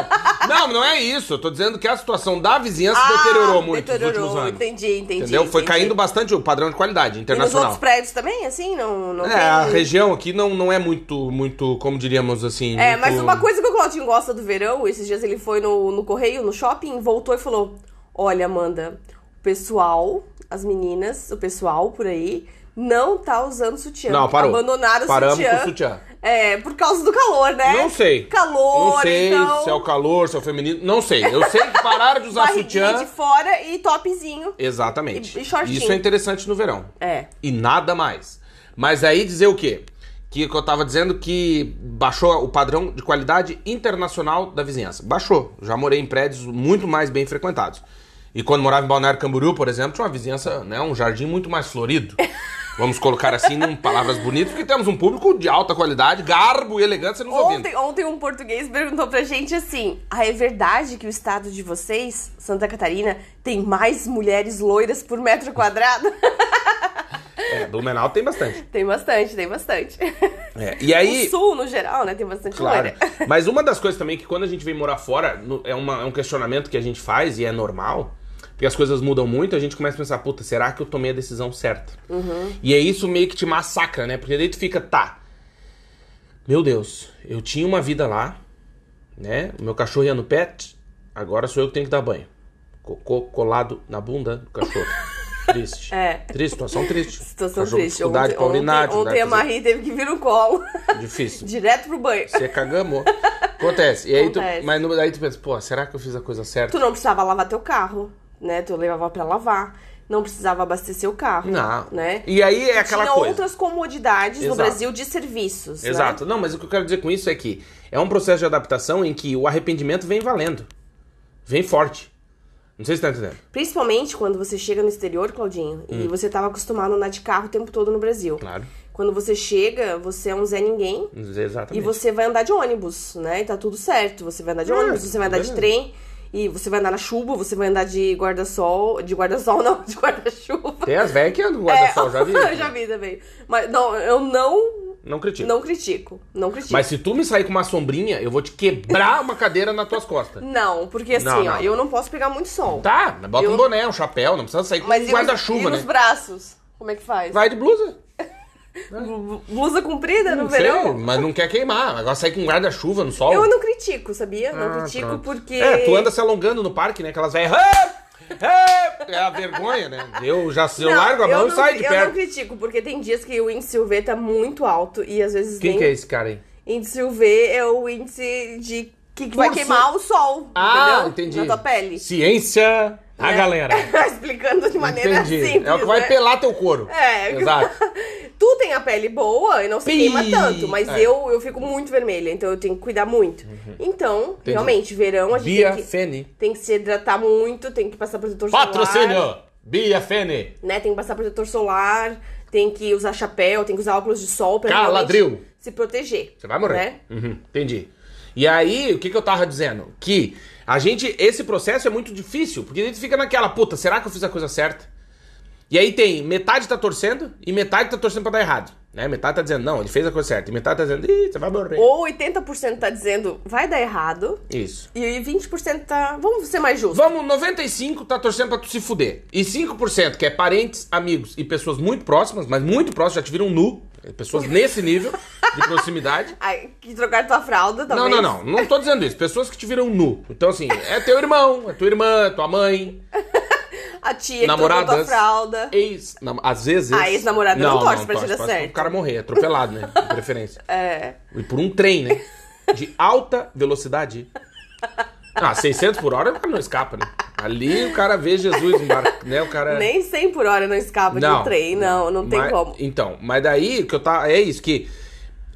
Speaker 1: Não, não é isso. Eu tô dizendo que a situação da vizinhança deteriorou muito nos últimos anos.
Speaker 3: Ah, Entendi, entendi.
Speaker 1: entendeu? Foi
Speaker 3: entendi.
Speaker 1: caindo bastante o padrão de qualidade
Speaker 3: E nos
Speaker 1: internacional.
Speaker 3: outros prédios também, assim? Não, não
Speaker 1: É,
Speaker 3: tem-
Speaker 1: a região aqui não, não é muito, muito, como diríamos assim.
Speaker 3: É, mas
Speaker 1: muito-
Speaker 3: uma coisa que o Claudinho gosta do verão, esses dias ele foi no, no correio, no shopping, voltou e falou: Olha, Amanda, o pessoal, as meninas, o pessoal por aí, não tá usando sutiã.
Speaker 1: Não, parou.
Speaker 3: Abandonaram o
Speaker 1: Paramos
Speaker 3: sutiã.
Speaker 1: com o sutiã.
Speaker 3: É, por causa do calor, né?
Speaker 1: Não sei.
Speaker 3: Calor,
Speaker 1: Não sei
Speaker 3: então.
Speaker 1: se é o calor, se é o feminino. Não sei. Eu sei que pararam de usar
Speaker 3: barriguinha
Speaker 1: sutiã.
Speaker 3: de fora e topzinho.
Speaker 1: Exatamente.
Speaker 3: E- e shortinho.
Speaker 1: Isso é interessante no verão.
Speaker 3: É.
Speaker 1: E nada mais. Mas aí dizer o quê? Que, que eu tava dizendo que baixou o padrão de qualidade internacional da vizinhança. Baixou. Já morei em prédios muito mais bem frequentados. E quando morava em Balneário Camboriú, por exemplo, tinha uma vizinhança, né, um jardim muito mais
Speaker 3: *laughs*
Speaker 1: florido. Vamos colocar assim, em palavras bonitas, porque temos um público de alta qualidade, garbo e elegância nos ouvindo.
Speaker 3: Ontem, ontem um português perguntou pra gente assim: ah, é verdade que o estado de vocês, Santa Catarina, tem mais mulheres loiras por metro quadrado? *laughs*
Speaker 1: É, Blumenau tem bastante.
Speaker 3: tem bastante, tem bastante.
Speaker 1: É, e aí...
Speaker 3: O sul, no geral, né? Tem bastante
Speaker 1: Claro.
Speaker 3: loira. *laughs*
Speaker 1: Mas uma das coisas também que quando a gente vem morar fora, no- é, uma- é um questionamento que a gente faz e é normal, porque as coisas mudam muito, a gente começa a pensar, puta, será que eu tomei a decisão certa?
Speaker 3: Uhum.
Speaker 1: E é isso meio que te massacra, né? Porque daí tu fica, tá. Meu Deus, eu tinha uma vida lá, né? O meu cachorro ia no pet, agora sou eu que tenho que dar banho. Cocô colado na bunda do cachorro. Triste.
Speaker 3: *laughs* É.
Speaker 1: Triste, situação triste.
Speaker 3: Situação
Speaker 1: Cachorro com
Speaker 3: triste.
Speaker 1: Dificuldade
Speaker 3: Ontem,
Speaker 1: pra urinar,
Speaker 3: ontem, é ontem a
Speaker 1: dificuldade pra fazer-
Speaker 3: Marie teve que vir o colo.
Speaker 1: Difícil.
Speaker 3: *laughs* Direto pro banho.
Speaker 1: Você cagamou. Acontece. E aí
Speaker 3: Acontece.
Speaker 1: tu, mas no- aí tu pensa, pô, será que eu fiz a coisa certa?
Speaker 3: Tu não precisava lavar teu carro, né? Tu levava pra lavar. Não precisava abastecer o carro.
Speaker 1: Não.
Speaker 3: Né?
Speaker 1: E aí é aquela
Speaker 3: Tinha
Speaker 1: coisa.
Speaker 3: outras comodidades no
Speaker 1: Exato.
Speaker 3: Brasil de serviços. né?
Speaker 1: Exato. Não, mas o que eu quero dizer com isso é que é um processo de adaptação em que o arrependimento vem valendo. Vem forte. Não sei se tá entendendo.
Speaker 3: Principalmente quando você chega no exterior, Claudinho, e você tava acostumado a andar de carro o tempo todo no Brasil.
Speaker 1: Hum. Claro.
Speaker 3: Quando você chega, você é um Zé Ninguém. E
Speaker 1: Exatamente.
Speaker 3: você vai andar de ônibus, né? E tá tudo certo. Você vai andar de
Speaker 1: É,
Speaker 3: ônibus, você vai andar de
Speaker 1: beleza.
Speaker 3: trem, e você vai andar na chuva, você vai andar de guarda-sol. De guarda-sol, *laughs* não, de guarda-chuva.
Speaker 1: Tem as velhas que andam com
Speaker 3: É,
Speaker 1: guarda-sol, já
Speaker 3: *laughs*
Speaker 1: vi.
Speaker 3: eu já vi também. Mas não, eu não,
Speaker 1: Não critico.
Speaker 3: não critico. Não critico.
Speaker 1: Mas se tu me sair com uma sombrinha, eu vou te quebrar uma cadeira nas tuas costas.
Speaker 3: Não, porque assim,
Speaker 1: Não,
Speaker 3: ó,
Speaker 1: não.
Speaker 3: eu não posso pegar muito sol.
Speaker 1: Tá, mas bota
Speaker 3: Eu-
Speaker 1: um boné, um chapéu, não precisa sair com
Speaker 3: Mas e
Speaker 1: um
Speaker 3: os-
Speaker 1: guarda-chuva,
Speaker 3: e
Speaker 1: né?
Speaker 3: os braços? Como é que faz?
Speaker 1: Vai de blusa.
Speaker 3: Bu- Blusa comprida no
Speaker 1: Não sei,
Speaker 3: verão?
Speaker 1: mas não quer queimar. Agora sai com um guarda-chuva no sol.
Speaker 3: Eu não critico, sabia? Não
Speaker 1: Ah,
Speaker 3: critico
Speaker 1: pronto.
Speaker 3: porque.
Speaker 1: É, tu anda se alongando no parque, né? Aquelas velhas. "Ah! Ah!" É a vergonha, né? Eu já eu
Speaker 3: Não,
Speaker 1: largo a mão
Speaker 3: eu
Speaker 1: e
Speaker 3: não
Speaker 1: saio
Speaker 3: cri-
Speaker 1: de
Speaker 3: Eu não
Speaker 1: perto.
Speaker 3: critico, porque tem dias que o índice UV tá muito alto e às vezes
Speaker 1: Quem
Speaker 3: nem.
Speaker 1: que é esse cara aí?
Speaker 3: Índice UV é o índice de que vai
Speaker 1: Urso.
Speaker 3: queimar o sol.
Speaker 1: Ah,
Speaker 3: entendeu?
Speaker 1: entendi.
Speaker 3: Na tua pele. *laughs*
Speaker 1: Ciência a galera.
Speaker 3: Explicando de *laughs* maneira
Speaker 1: Entendi.
Speaker 3: simples.
Speaker 1: é o que vai
Speaker 3: né?
Speaker 1: pelar teu couro.
Speaker 3: É,
Speaker 1: Exato.
Speaker 3: *laughs* tu tem a pele boa e não se
Speaker 1: Pi.
Speaker 3: queima tanto, mas
Speaker 1: É. Uhum.
Speaker 3: eu, eu fico muito vermelha, então eu tenho que cuidar muito. Então, realmente, verão a gente
Speaker 1: Bia
Speaker 3: tem, que,
Speaker 1: Fene.
Speaker 3: tem que se hidratar muito, tem que passar protetor solar.
Speaker 1: Patrocínio! Bia Fene.
Speaker 3: Né? Tem que passar protetor solar, tem que usar chapéu, tem que usar óculos de sol pra
Speaker 1: Caladril.
Speaker 3: realmente se proteger.
Speaker 1: Você vai morrer.
Speaker 3: Né?
Speaker 1: Uhum, entendi. E aí, o que, que eu tava dizendo? Que a gente. Esse processo é muito difícil, porque a gente fica naquela, puta, será que eu fiz a coisa certa? E aí tem metade tá torcendo e metade tá torcendo pra dar errado. Né? Metade tá dizendo, não, ele fez a coisa certa. E metade tá dizendo, ih, você vai morrer.
Speaker 3: Ou 80% tá dizendo vai dar errado,
Speaker 1: Isso.
Speaker 3: e 20% tá. Vamos ser mais justos.
Speaker 1: Vamos, 95 tá torcendo pra tu se fuder. E 5%, que é parentes, amigos e pessoas muito próximas, mas muito próximas, já te viram nu. Pessoas nesse nível de proximidade.
Speaker 3: Ai, que trocar tua fralda
Speaker 1: Não, não,
Speaker 3: também.
Speaker 1: não. Não tô dizendo isso. Pessoas que te viram nu. Então, assim, é teu irmão, é tua irmã, tua mãe,
Speaker 3: A tia que trocou tua
Speaker 1: namoradas.
Speaker 3: fralda.
Speaker 1: Ex. nam- às vezes.
Speaker 3: Ah, ex-namorada não torce pra te dar
Speaker 1: torce
Speaker 3: certo.
Speaker 1: O cara morrer, atropelado, né? De preferência.
Speaker 3: *laughs* É.
Speaker 1: E por um trem, né? De alta velocidade. Ah, 600 por hora o cara não escapa, né? Ali o cara vê Jesus embarcar, né? O cara.
Speaker 3: Nem 100 por hora não escapa de um trem, não, não tem
Speaker 1: Mas-
Speaker 3: como.
Speaker 1: Então, mas daí o que eu tá. É isso, que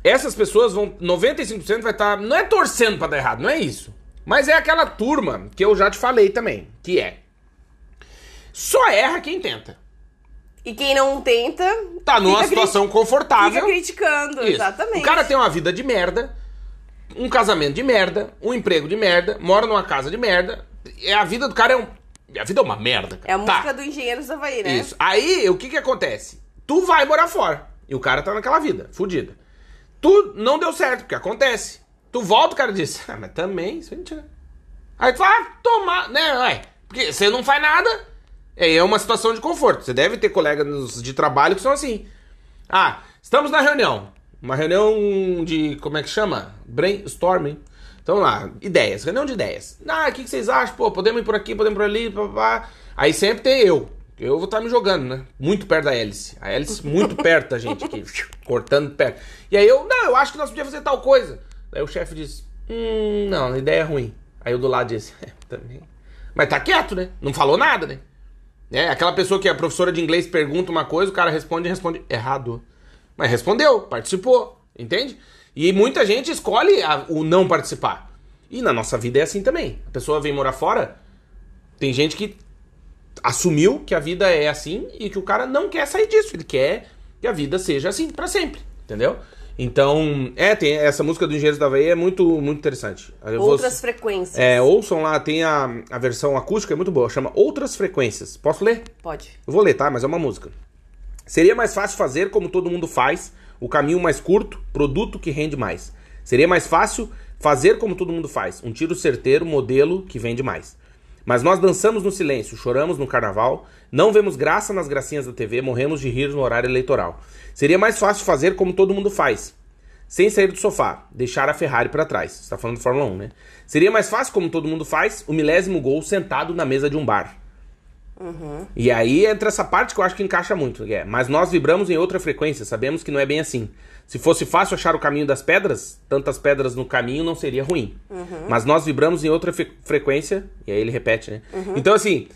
Speaker 1: essas pessoas vão. 95% vai estar. não é torcendo pra dar errado, não é isso. Mas é aquela turma que eu já te falei também, que é. Só erra quem tenta.
Speaker 3: E quem não tenta.
Speaker 1: Tá numa
Speaker 3: fica cri-
Speaker 1: situação confortável.
Speaker 3: Fica criticando,
Speaker 1: Isso.
Speaker 3: exatamente.
Speaker 1: O cara tem uma vida de merda, um casamento de merda, um emprego de merda, mora numa casa de merda. É a vida do cara é um. A vida é uma merda, cara.
Speaker 3: É a
Speaker 1: Tá.
Speaker 3: música do Engenheiro Havaí, né?
Speaker 1: Isso. Aí, o que que acontece? Tu vai morar fora. E o cara tá naquela vida, fudida. Tu não deu certo, porque acontece. Tu volta, o cara diz, ah, mas também, isso é mentira. Aí tu fala, ah, tomar, né, ué, porque você não faz nada. É é uma situação de conforto. Você deve ter colegas nos- de trabalho que são assim. Ah, estamos na reunião. Uma reunião de, como é que chama? Brainstorming. Então lá, ideias, reunião de ideias. Ah, o que, que vocês acham? Pô, podemos ir por aqui, podemos ir por ali, pá, pá, pá. Aí sempre tem eu. Eu vou estar me jogando, né? Muito perto da hélice. A hélice muito perto da gente aqui, cortando perto. E aí eu, não, eu acho que nós podíamos fazer tal coisa. Daí o chefe disse, hum, não, a ideia é ruim. Aí eu do lado disse, é, também. Mas tá quieto, né? Não falou nada, né? É, aquela pessoa que é professora de inglês pergunta uma coisa, o cara responde e responde errado. Mas respondeu, participou, entende? E muita gente escolhe a- o não participar. E na nossa vida é assim também. A pessoa vem morar fora, tem gente que assumiu que a vida é assim e que o cara não quer sair disso. Ele quer que a vida seja assim pra sempre, entendeu? Então, é, tem essa música do Engenheiros da Havaí é muito, muito interessante. Eu vou-
Speaker 3: Outras frequências.
Speaker 1: é, ouçam lá, tem a, a versão acústica, é muito boa, chama Outras Frequências. Posso ler?
Speaker 3: Pode.
Speaker 1: Eu vou ler, tá? Mas é uma música. Seria mais fácil fazer como todo mundo faz, o caminho mais curto, produto que rende mais. Seria mais fácil fazer como todo mundo faz, um tiro certeiro, modelo que vende mais. Mas nós dançamos no silêncio, choramos no carnaval, não vemos graça nas gracinhas da TV, morremos de rir no horário eleitoral. Seria mais fácil fazer como todo mundo faz, sem sair do sofá, deixar a Ferrari pra trás. Você tá falando de Fórmula 1, né? Seria mais fácil, como todo mundo faz, o milésimo gol sentado na mesa de um bar. E aí entra essa parte que eu acho que encaixa muito, que é, mas nós vibramos em outra frequência, sabemos que não é bem assim. Se fosse fácil achar o caminho das pedras, tantas pedras no caminho não seria ruim. Mas nós vibramos em outra fre- frequência, e aí ele repete, né? Então assim,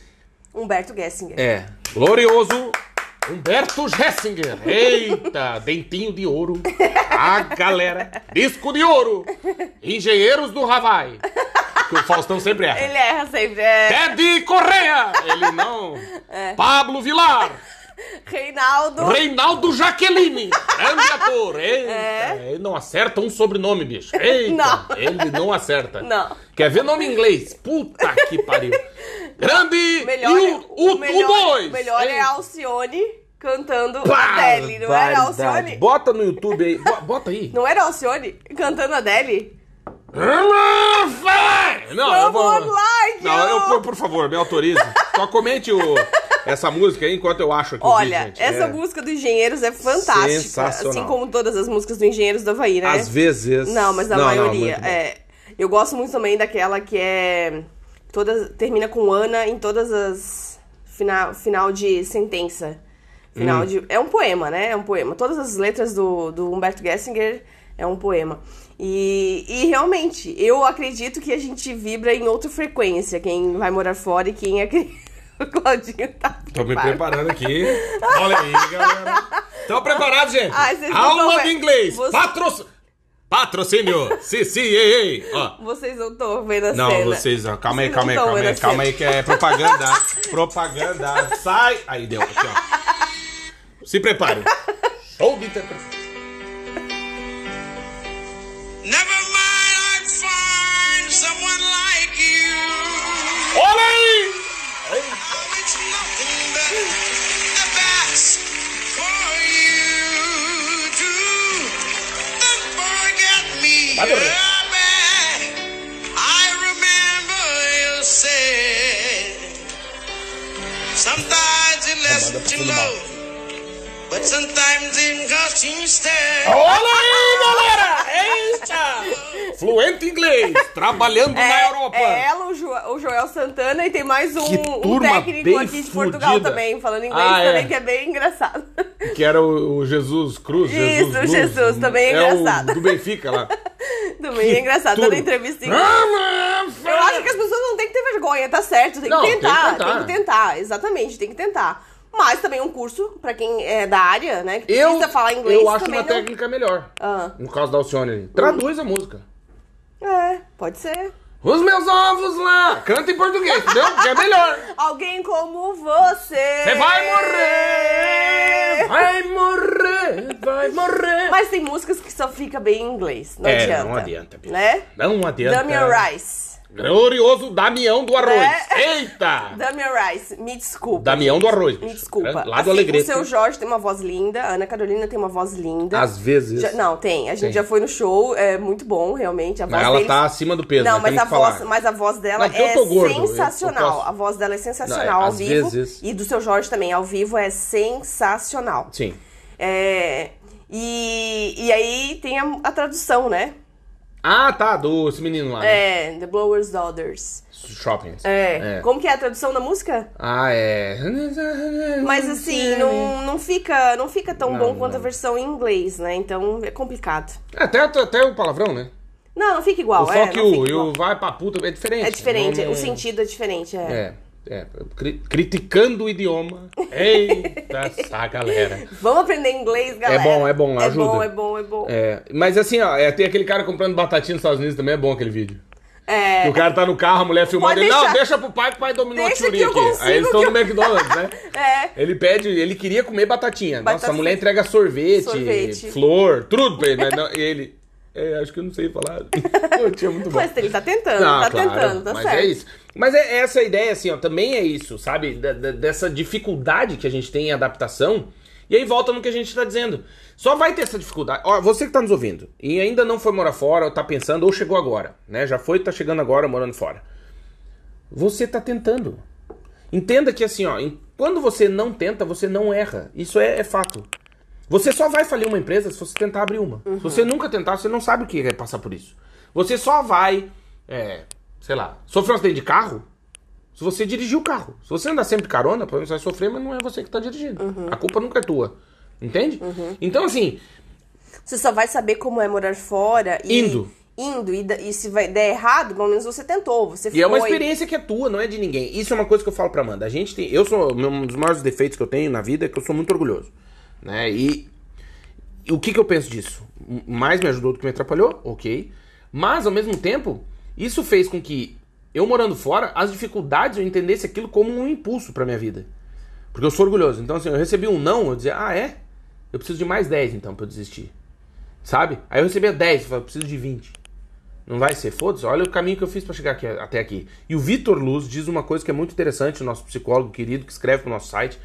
Speaker 3: Humberto Gessinger.
Speaker 1: é, glorioso Humberto Gessinger. *laughs* Eita, dentinho de ouro. A galera, disco de ouro. Engenheiros do Havaí. Que o Faustão sempre erra.
Speaker 3: Ele erra sempre. É.
Speaker 1: Teddy Correa. Ele não. Pablo Vilar.
Speaker 3: Reinaldo.
Speaker 1: Reinaldo
Speaker 3: *laughs*
Speaker 1: Jaqueline, grande ator.
Speaker 3: É.
Speaker 1: Eita, ele não acerta um sobrenome, bicho. Eita,
Speaker 3: *laughs* Não.
Speaker 1: ele não acerta.
Speaker 3: Não.
Speaker 1: Quer ver nome em inglês? Puta que pariu. Grande
Speaker 3: Melhor,
Speaker 1: e o, o, o
Speaker 3: melhor,
Speaker 1: dois.
Speaker 3: o melhor é
Speaker 1: Eita.
Speaker 3: Alcione cantando Adele. Não era Alcione?
Speaker 1: Bota no YouTube aí. Bo- Bota aí.
Speaker 3: Não era Alcione cantando Adele?
Speaker 1: Não, eu vou...
Speaker 3: Vamos lá, Gil.
Speaker 1: Não, eu, por, por favor, me autorize. Só comente o- essa música aí enquanto eu acho aqui.
Speaker 3: Olha,
Speaker 1: gente.
Speaker 3: essa
Speaker 1: É.
Speaker 3: música do Engenheiros é fantástica.
Speaker 1: Sensacional.
Speaker 3: Assim como todas as músicas do Engenheiros do Havaí, né?
Speaker 1: Às vezes.
Speaker 3: Não, mas na maioria.
Speaker 1: muito bom.
Speaker 3: é. Eu gosto muito também daquela que é. Todas, termina com Ana em todas as. Final, final de sentença. Final
Speaker 1: Hum.
Speaker 3: de. É um poema, né? É um poema. Todas as letras do, do Humberto Gessinger é um poema. E, e realmente, eu acredito que a gente vibra em outra frequência. Quem vai morar fora e quem é que. *laughs* O Claudinho tá.
Speaker 1: Tô me
Speaker 3: preparado.
Speaker 1: preparando aqui.
Speaker 3: *laughs*
Speaker 1: Olha aí, galera. Estão preparados, gente?
Speaker 3: Ai, vocês não
Speaker 1: Aula
Speaker 3: tão
Speaker 1: de
Speaker 3: ve-
Speaker 1: inglês.
Speaker 3: Você-
Speaker 1: Patroc... Patrocínio. CCAA. Ó.
Speaker 3: Vocês não estão vendo a
Speaker 1: Não,
Speaker 3: cena.
Speaker 1: vocês... ó, Calma aí,
Speaker 3: né? Vocês
Speaker 1: calma aí,
Speaker 3: não tão
Speaker 1: calma
Speaker 3: vendo
Speaker 1: aí.
Speaker 3: a
Speaker 1: Calma aí,
Speaker 3: cena.
Speaker 1: que é
Speaker 3: *laughs*
Speaker 1: propaganda. propaganda. Sai. Aí, deu. Aqui, ó. Se preparem. Show de interpretação.
Speaker 2: Never mind, I find someone like you.
Speaker 1: Olha aí!
Speaker 2: Oh, it's nothing but the best for you to Don't forget me.
Speaker 1: Vai, Pedro.
Speaker 2: Oh, man. I remember you said
Speaker 1: Tá
Speaker 2: sometimes you listen
Speaker 1: mandando
Speaker 2: to
Speaker 1: tudo mal.
Speaker 2: love, but sometimes it costs instead.
Speaker 1: Olha aí, galera! Eita! Fluente inglês. Trabalhando na
Speaker 3: É,
Speaker 1: Europa.
Speaker 3: é ela, o, Jo- o Joel Santana e tem mais um,
Speaker 1: Que
Speaker 3: um
Speaker 1: turma
Speaker 3: técnico
Speaker 1: bem
Speaker 3: aqui de Portugal
Speaker 1: fudida.
Speaker 3: também, falando inglês
Speaker 1: Ah,
Speaker 3: também,
Speaker 1: é.
Speaker 3: que é bem engraçado. *laughs*
Speaker 1: Que era o, o Jesus Cruz. Jesus
Speaker 3: Isso,
Speaker 1: Luz,
Speaker 3: Jesus, também é engraçado.
Speaker 1: O do Benfica
Speaker 3: *laughs*
Speaker 1: lá.
Speaker 3: também é engraçado,
Speaker 1: Tudo.
Speaker 3: dando entrevista em
Speaker 1: Ah!
Speaker 3: inglês. Eu acho que
Speaker 1: Eu
Speaker 3: as pessoas não têm que ter vergonha, tá certo, tem
Speaker 1: Não,
Speaker 3: que
Speaker 1: tem que
Speaker 3: tentar,
Speaker 1: tentar.
Speaker 3: tem que tentar, exatamente, tem que tentar. Mas também um curso, pra quem é da área, né, que precisa falar inglês
Speaker 1: eu acho
Speaker 3: também
Speaker 1: uma
Speaker 3: não...
Speaker 1: técnica melhor.
Speaker 3: Ah.
Speaker 1: No caso da Alcione. ali. Traduz a música.
Speaker 3: É, pode ser.
Speaker 1: Os meus ovos lá! Canta em português, entendeu? Que é melhor.
Speaker 3: Alguém como você...
Speaker 1: Você vai morrer! Vai morrer! Vai morrer!
Speaker 3: Mas tem músicas que só fica bem em inglês, não
Speaker 1: É,
Speaker 3: adianta.
Speaker 1: não adianta, Bia.
Speaker 3: Né?
Speaker 1: Não adianta.
Speaker 3: Damian Rice.
Speaker 1: Glorioso Damião do Arroz.
Speaker 3: É.
Speaker 1: Eita!
Speaker 3: Damian Rice, me desculpa.
Speaker 1: Damião do Arroz.
Speaker 3: Me
Speaker 1: bicho.
Speaker 3: desculpa.
Speaker 1: Lá do
Speaker 3: Assim,
Speaker 1: Alegrete.
Speaker 3: O seu Jorge tem uma voz linda, a Ana Carolina tem uma voz linda.
Speaker 1: Às vezes.
Speaker 3: Já- não, tem. A gente
Speaker 1: Tem.
Speaker 3: já foi no show, é muito bom, realmente. A voz
Speaker 1: Mas ela
Speaker 3: deles-
Speaker 1: tá acima do peso,
Speaker 3: Não,
Speaker 1: né?
Speaker 3: mas
Speaker 1: Temos
Speaker 3: a,
Speaker 1: que falar.
Speaker 3: voz, mas a voz dela
Speaker 1: Não, porque eu
Speaker 3: é
Speaker 1: tô gordo, eu- eu
Speaker 3: sensacional.
Speaker 1: posso-
Speaker 3: A voz dela é sensacional
Speaker 1: Não, é,
Speaker 3: ao
Speaker 1: às
Speaker 3: vivo.
Speaker 1: vezes-
Speaker 3: E do seu Jorge também, ao vivo é sensacional.
Speaker 1: Sim.
Speaker 3: É, e, e aí tem a, a tradução, né?
Speaker 1: Ah, tá, do esse menino lá. né?
Speaker 3: É, The Blower's Daughters.
Speaker 1: Shopping.
Speaker 3: É. Como que é a tradução da música?
Speaker 1: Ah, é.
Speaker 3: Mas assim, não, não fica não fica tão
Speaker 1: Não, é.
Speaker 3: bom quanto a
Speaker 1: não.
Speaker 3: versão em inglês, né? Então é complicado.
Speaker 1: Até, até o palavrão, né?
Speaker 3: Não, não fica igual,
Speaker 1: o
Speaker 3: é.
Speaker 1: foco e
Speaker 3: não fica
Speaker 1: o, e
Speaker 3: igual.
Speaker 1: o vai pra puta é diferente.
Speaker 3: É diferente,
Speaker 1: Não-
Speaker 3: o sentido é diferente, é.
Speaker 1: É, é. Cri- criticando o idioma. Eita, essa
Speaker 3: *laughs*
Speaker 1: galera.
Speaker 3: Vamos aprender inglês, galera.
Speaker 1: bom, é bom,
Speaker 3: É
Speaker 1: ajuda.
Speaker 3: bom, é bom, é bom.
Speaker 1: É, mas assim, ó, é, tem aquele cara comprando batatinha nos Estados Unidos também, é bom aquele vídeo.
Speaker 3: É.
Speaker 1: O cara tá no carro, a mulher filmando,
Speaker 3: Pode
Speaker 1: ele, não,
Speaker 3: deixar.
Speaker 1: deixa pro pai que o pai dominou
Speaker 3: Deixa
Speaker 1: a tiurinha
Speaker 3: que eu
Speaker 1: aqui.
Speaker 3: consigo
Speaker 1: Aí eles estão
Speaker 3: que
Speaker 1: no
Speaker 3: eu-
Speaker 1: McDonald's, né?
Speaker 3: *laughs* É.
Speaker 1: Ele pede, ele queria comer batatinha. Nossa,
Speaker 3: Batata-
Speaker 1: a mulher entrega sorvete,
Speaker 3: Sorvete.
Speaker 1: flor, tudo pra ele, né? Não, e ele, é, acho que eu não sei falar. *laughs* Eu tinha é muito bom.
Speaker 3: Mas ele tá tentando,
Speaker 1: Ah,
Speaker 3: tá
Speaker 1: claro,
Speaker 3: tentando, tá
Speaker 1: mas
Speaker 3: certo.
Speaker 1: é isso. Mas é essa ideia, assim, ó, também é isso, sabe? Da- da- dessa dificuldade que a gente tem em adaptação. E aí volta no que a gente tá dizendo. Só vai ter essa dificuldade. Ó, você que tá nos ouvindo e ainda não foi morar fora, ou tá pensando, ou chegou agora, né? Já foi, tá chegando agora, morando fora. Você tá tentando. Entenda que assim, ó, em- quando você não tenta, você não erra. Isso é, é fato. Você só vai falir uma empresa se você tentar abrir uma. Se você nunca tentar, você não sabe o que é passar por isso. Você só vai, é, sei lá, sofrer um acidente de carro se você dirigir o carro. Se você andar sempre carona, pelo menos você vai sofrer, mas não é você que tá dirigindo. A culpa nunca é tua. Entende? Então, assim,
Speaker 3: Você só vai saber como é morar fora e.
Speaker 1: Indo.
Speaker 3: Indo, e, da- e se vai der errado, pelo menos você tentou, você foi.
Speaker 1: E é uma experiência que é tua, não é de ninguém. Isso é uma coisa que eu falo pra Amanda. A gente tem. Eu sou. meu- Um dos maiores defeitos que eu tenho na vida é que eu sou muito orgulhoso. Né? E. e o que, que eu penso disso? M- Mais me ajudou do que me atrapalhou? Ok. Mas, ao mesmo tempo, isso fez com que eu morando fora, as dificuldades eu entendesse aquilo como um impulso pra minha vida. Porque eu sou orgulhoso. Então, assim, eu recebi um não, eu dizia, ah, é? Eu preciso de mais 10 então pra eu desistir. Sabe? Aí eu recebia 10, eu falava, preciso de 20. Não vai ser, foda-se, olha o caminho que eu fiz pra chegar aqui- até aqui. E o Vitor Luz diz uma coisa que é muito interessante, o nosso psicólogo querido, que escreve pro nosso site,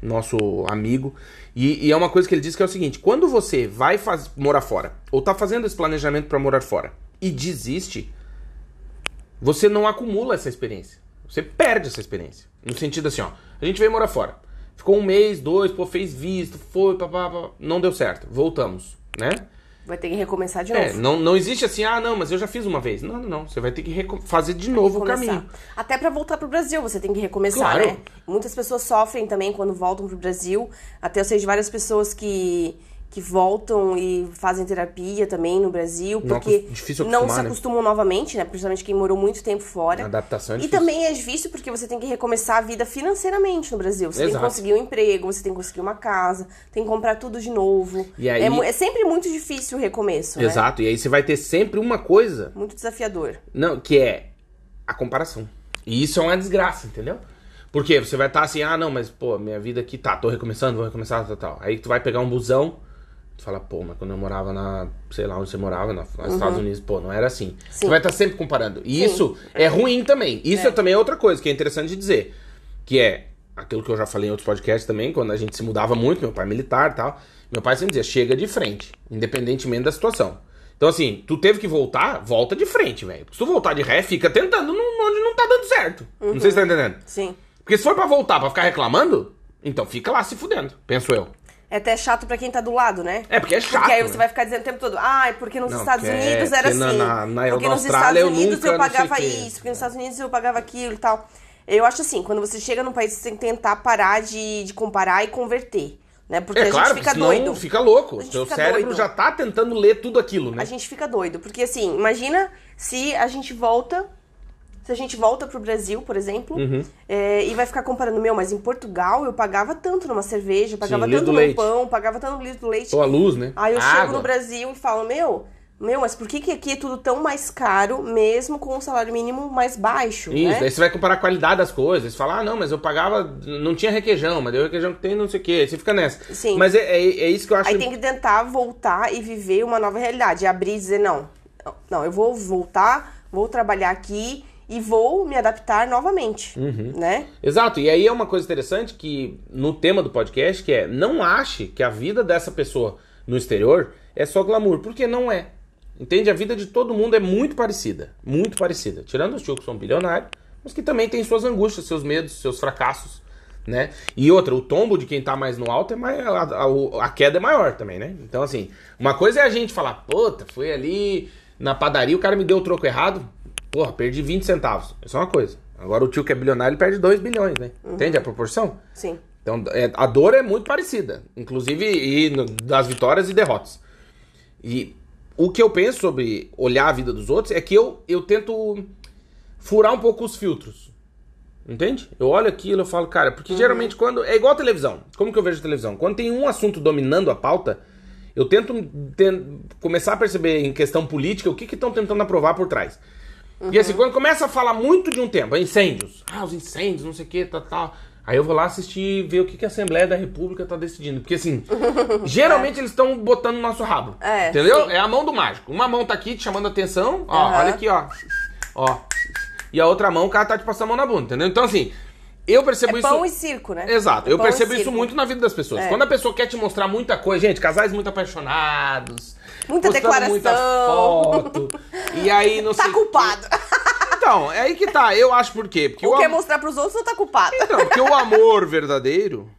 Speaker 1: nosso amigo. E, e é uma coisa que ele diz que é o seguinte: quando você vai faz- morar fora, ou tá fazendo esse planejamento pra morar fora, e desiste, você não acumula essa experiência. Você perde essa experiência. No sentido assim, ó, a gente veio morar fora. Ficou um mês, dois, pô, fez visto, foi, papá, papá, não deu certo. Voltamos, né?
Speaker 3: Vai ter que recomeçar de
Speaker 1: É,
Speaker 3: novo.
Speaker 1: não, não existe assim, ah, não, mas eu já fiz uma vez. Não, não, não. Você vai ter que reco- fazer de novo o
Speaker 3: Recomeçar.
Speaker 1: caminho.
Speaker 3: Até pra voltar pro Brasil, você tem que recomeçar,
Speaker 1: Claro.
Speaker 3: né? Muitas pessoas sofrem também quando voltam pro Brasil. Até eu sei de várias pessoas que, que voltam e fazem terapia também no Brasil,
Speaker 1: Não
Speaker 3: porque
Speaker 1: acos- difícil
Speaker 3: não
Speaker 1: acostumar,
Speaker 3: se
Speaker 1: né?
Speaker 3: acostumam novamente, né? Principalmente quem morou muito tempo fora.
Speaker 1: A adaptação é
Speaker 3: E
Speaker 1: difícil.
Speaker 3: também é difícil porque você tem que recomeçar a vida financeiramente no Brasil. Você tem
Speaker 1: Exato.
Speaker 3: que conseguir um emprego, você tem que conseguir uma casa, tem que comprar tudo de novo.
Speaker 1: E aí-
Speaker 3: É, mu- é sempre muito difícil o recomeço, né?
Speaker 1: Exato. E aí você vai ter sempre uma coisa
Speaker 3: Muito desafiador.
Speaker 1: Não, que é a comparação. E isso é uma desgraça, entendeu? Porque você vai estar assim, ah, não, mas pô, minha vida aqui tá, tô recomeçando, vou recomeçar, tal, tal. Aí tu vai pegar um busão, tu fala, pô, mas quando eu morava na, sei lá onde você morava, na, nos Estados Unidos, pô, não era assim.
Speaker 3: Sim.
Speaker 1: Tu vai estar sempre comparando. E isso é ruim também. Isso é. também é outra coisa que é interessante de dizer, que é aquilo que eu já falei em outros podcasts também, quando a gente se mudava muito, meu pai é militar, e tal. Meu pai sempre dizia, chega de frente, independentemente da situação. Então, assim, tu teve que voltar, volta de frente, velho. Porque Se tu voltar de ré, fica tentando num- onde não tá dando certo. Não sei se tá entendendo.
Speaker 3: Sim.
Speaker 1: Porque se for pra voltar pra ficar reclamando, então fica lá se fudendo, penso eu.
Speaker 3: É até chato pra quem tá do lado, né?
Speaker 1: É, porque é chato.
Speaker 3: Porque aí você
Speaker 1: né?
Speaker 3: vai ficar dizendo o tempo todo, ah, é porque nos
Speaker 1: Não,
Speaker 3: Estados
Speaker 1: porque é-
Speaker 3: Unidos era
Speaker 1: porque na-
Speaker 3: assim.
Speaker 1: na- na-
Speaker 3: porque
Speaker 1: na
Speaker 3: nos
Speaker 1: Austrália
Speaker 3: Estados
Speaker 1: eu
Speaker 3: Unidos
Speaker 1: nunca, não
Speaker 3: eu
Speaker 1: sei
Speaker 3: pagava
Speaker 1: o quê.
Speaker 3: isso, porque nos Estados Unidos eu pagava aquilo e tal. Eu acho assim, quando você chega num país, você tem que tentar parar de, de comparar e converter, né? Porque
Speaker 1: É
Speaker 3: a
Speaker 1: claro,
Speaker 3: gente fica
Speaker 1: senão
Speaker 3: doido.
Speaker 1: fica louco.
Speaker 3: A gente
Speaker 1: Seu
Speaker 3: fica
Speaker 1: cérebro
Speaker 3: doido.
Speaker 1: já tá tentando ler tudo aquilo, né?
Speaker 3: A gente fica doido, porque assim, imagina se a gente volta, se a gente volta pro Brasil, por exemplo,
Speaker 1: Uhum.
Speaker 3: é, e vai ficar comparando, meu, mas em Portugal eu pagava tanto numa cerveja, eu pagava
Speaker 1: litro
Speaker 3: tanto
Speaker 1: do
Speaker 3: num
Speaker 1: leite.
Speaker 3: pão, pagava tanto no litro do leite.
Speaker 1: Ou a luz, né?
Speaker 3: Aí Ah, eu
Speaker 1: A
Speaker 3: chego
Speaker 1: água.
Speaker 3: no Brasil e falo, meu, meu, mas por que, que aqui é tudo tão mais caro, mesmo com um salário mínimo mais baixo,
Speaker 1: Isso,
Speaker 3: né?
Speaker 1: aí você vai comparar a qualidade das coisas. Você fala, ah, não, mas eu pagava, não tinha requeijão, mas deu requeijão que tem não sei o quê. Aí você fica nessa.
Speaker 3: Sim.
Speaker 1: Mas é, é, é isso que eu acho
Speaker 3: Aí tem que tentar voltar e viver uma nova realidade. E abrir e dizer, não, não, eu vou voltar, vou trabalhar aqui e vou me adaptar novamente,
Speaker 1: Uhum.
Speaker 3: né?
Speaker 1: Exato, e aí é uma coisa interessante que no tema do podcast, que é não ache que a vida dessa pessoa no exterior é só glamour, porque não é. Entende? A vida de todo mundo é muito parecida, muito parecida. Tirando os tios que são bilionários, mas que também tem suas angústias, seus medos, seus fracassos, né? E outra, o tombo de quem tá mais no alto é mais, a, a- o- a queda é maior também, né? Então assim, uma coisa é a gente falar, puta, fui ali na padaria, o cara me deu o troco errado, porra, perdi 20 centavos. Isso é uma coisa. Agora o tio que é bilionário, ele perde 2 bilhões, né? Entende a proporção?
Speaker 3: Sim.
Speaker 1: Então, é, a dor é muito parecida, inclusive e no- das vitórias e derrotas. E o que eu penso sobre olhar a vida dos outros é que eu, eu tento furar um pouco os filtros. Entende? Eu olho aquilo e falo, cara, porque geralmente quando. É igual a televisão. Como que eu vejo televisão? Quando tem um assunto dominando a pauta, eu tento ten- começar a perceber em questão política o que estão tentando aprovar por trás. E assim, quando começa a falar muito de um tema, incêndios. Ah, os incêndios, não sei o que, tal, tal. Aí eu vou lá assistir e ver o que, que a Assembleia da República tá decidindo. Porque
Speaker 3: *laughs*
Speaker 1: assim, geralmente eles estão botando no nosso rabo.
Speaker 3: É,
Speaker 1: entendeu? É a mão do mágico. Uma mão tá aqui te chamando a atenção, ó,
Speaker 3: Aham.
Speaker 1: olha aqui, ó. Ó. E a outra mão, o cara tá te passando a mão na bunda, entendeu? Então assim, eu percebo
Speaker 3: É
Speaker 1: isso.
Speaker 3: pão e circo, né?
Speaker 1: Exato,
Speaker 3: É
Speaker 1: eu
Speaker 3: pão e
Speaker 1: percebo isso
Speaker 3: circo. É.
Speaker 1: muito na vida das pessoas. Quando a pessoa quer te mostrar muita coisa, gente, casais muito apaixonados,
Speaker 3: Muita
Speaker 1: postando
Speaker 3: declaração.
Speaker 1: muita foto. e aí não
Speaker 3: Tá
Speaker 1: sei
Speaker 3: culpado.
Speaker 1: então, é aí que tá. Eu acho por quê? Porque
Speaker 3: Ou
Speaker 1: o Né.
Speaker 3: quer
Speaker 1: amor...
Speaker 3: mostrar pros outros ou tá culpado?
Speaker 1: *laughs* Não, porque o amor verdadeiro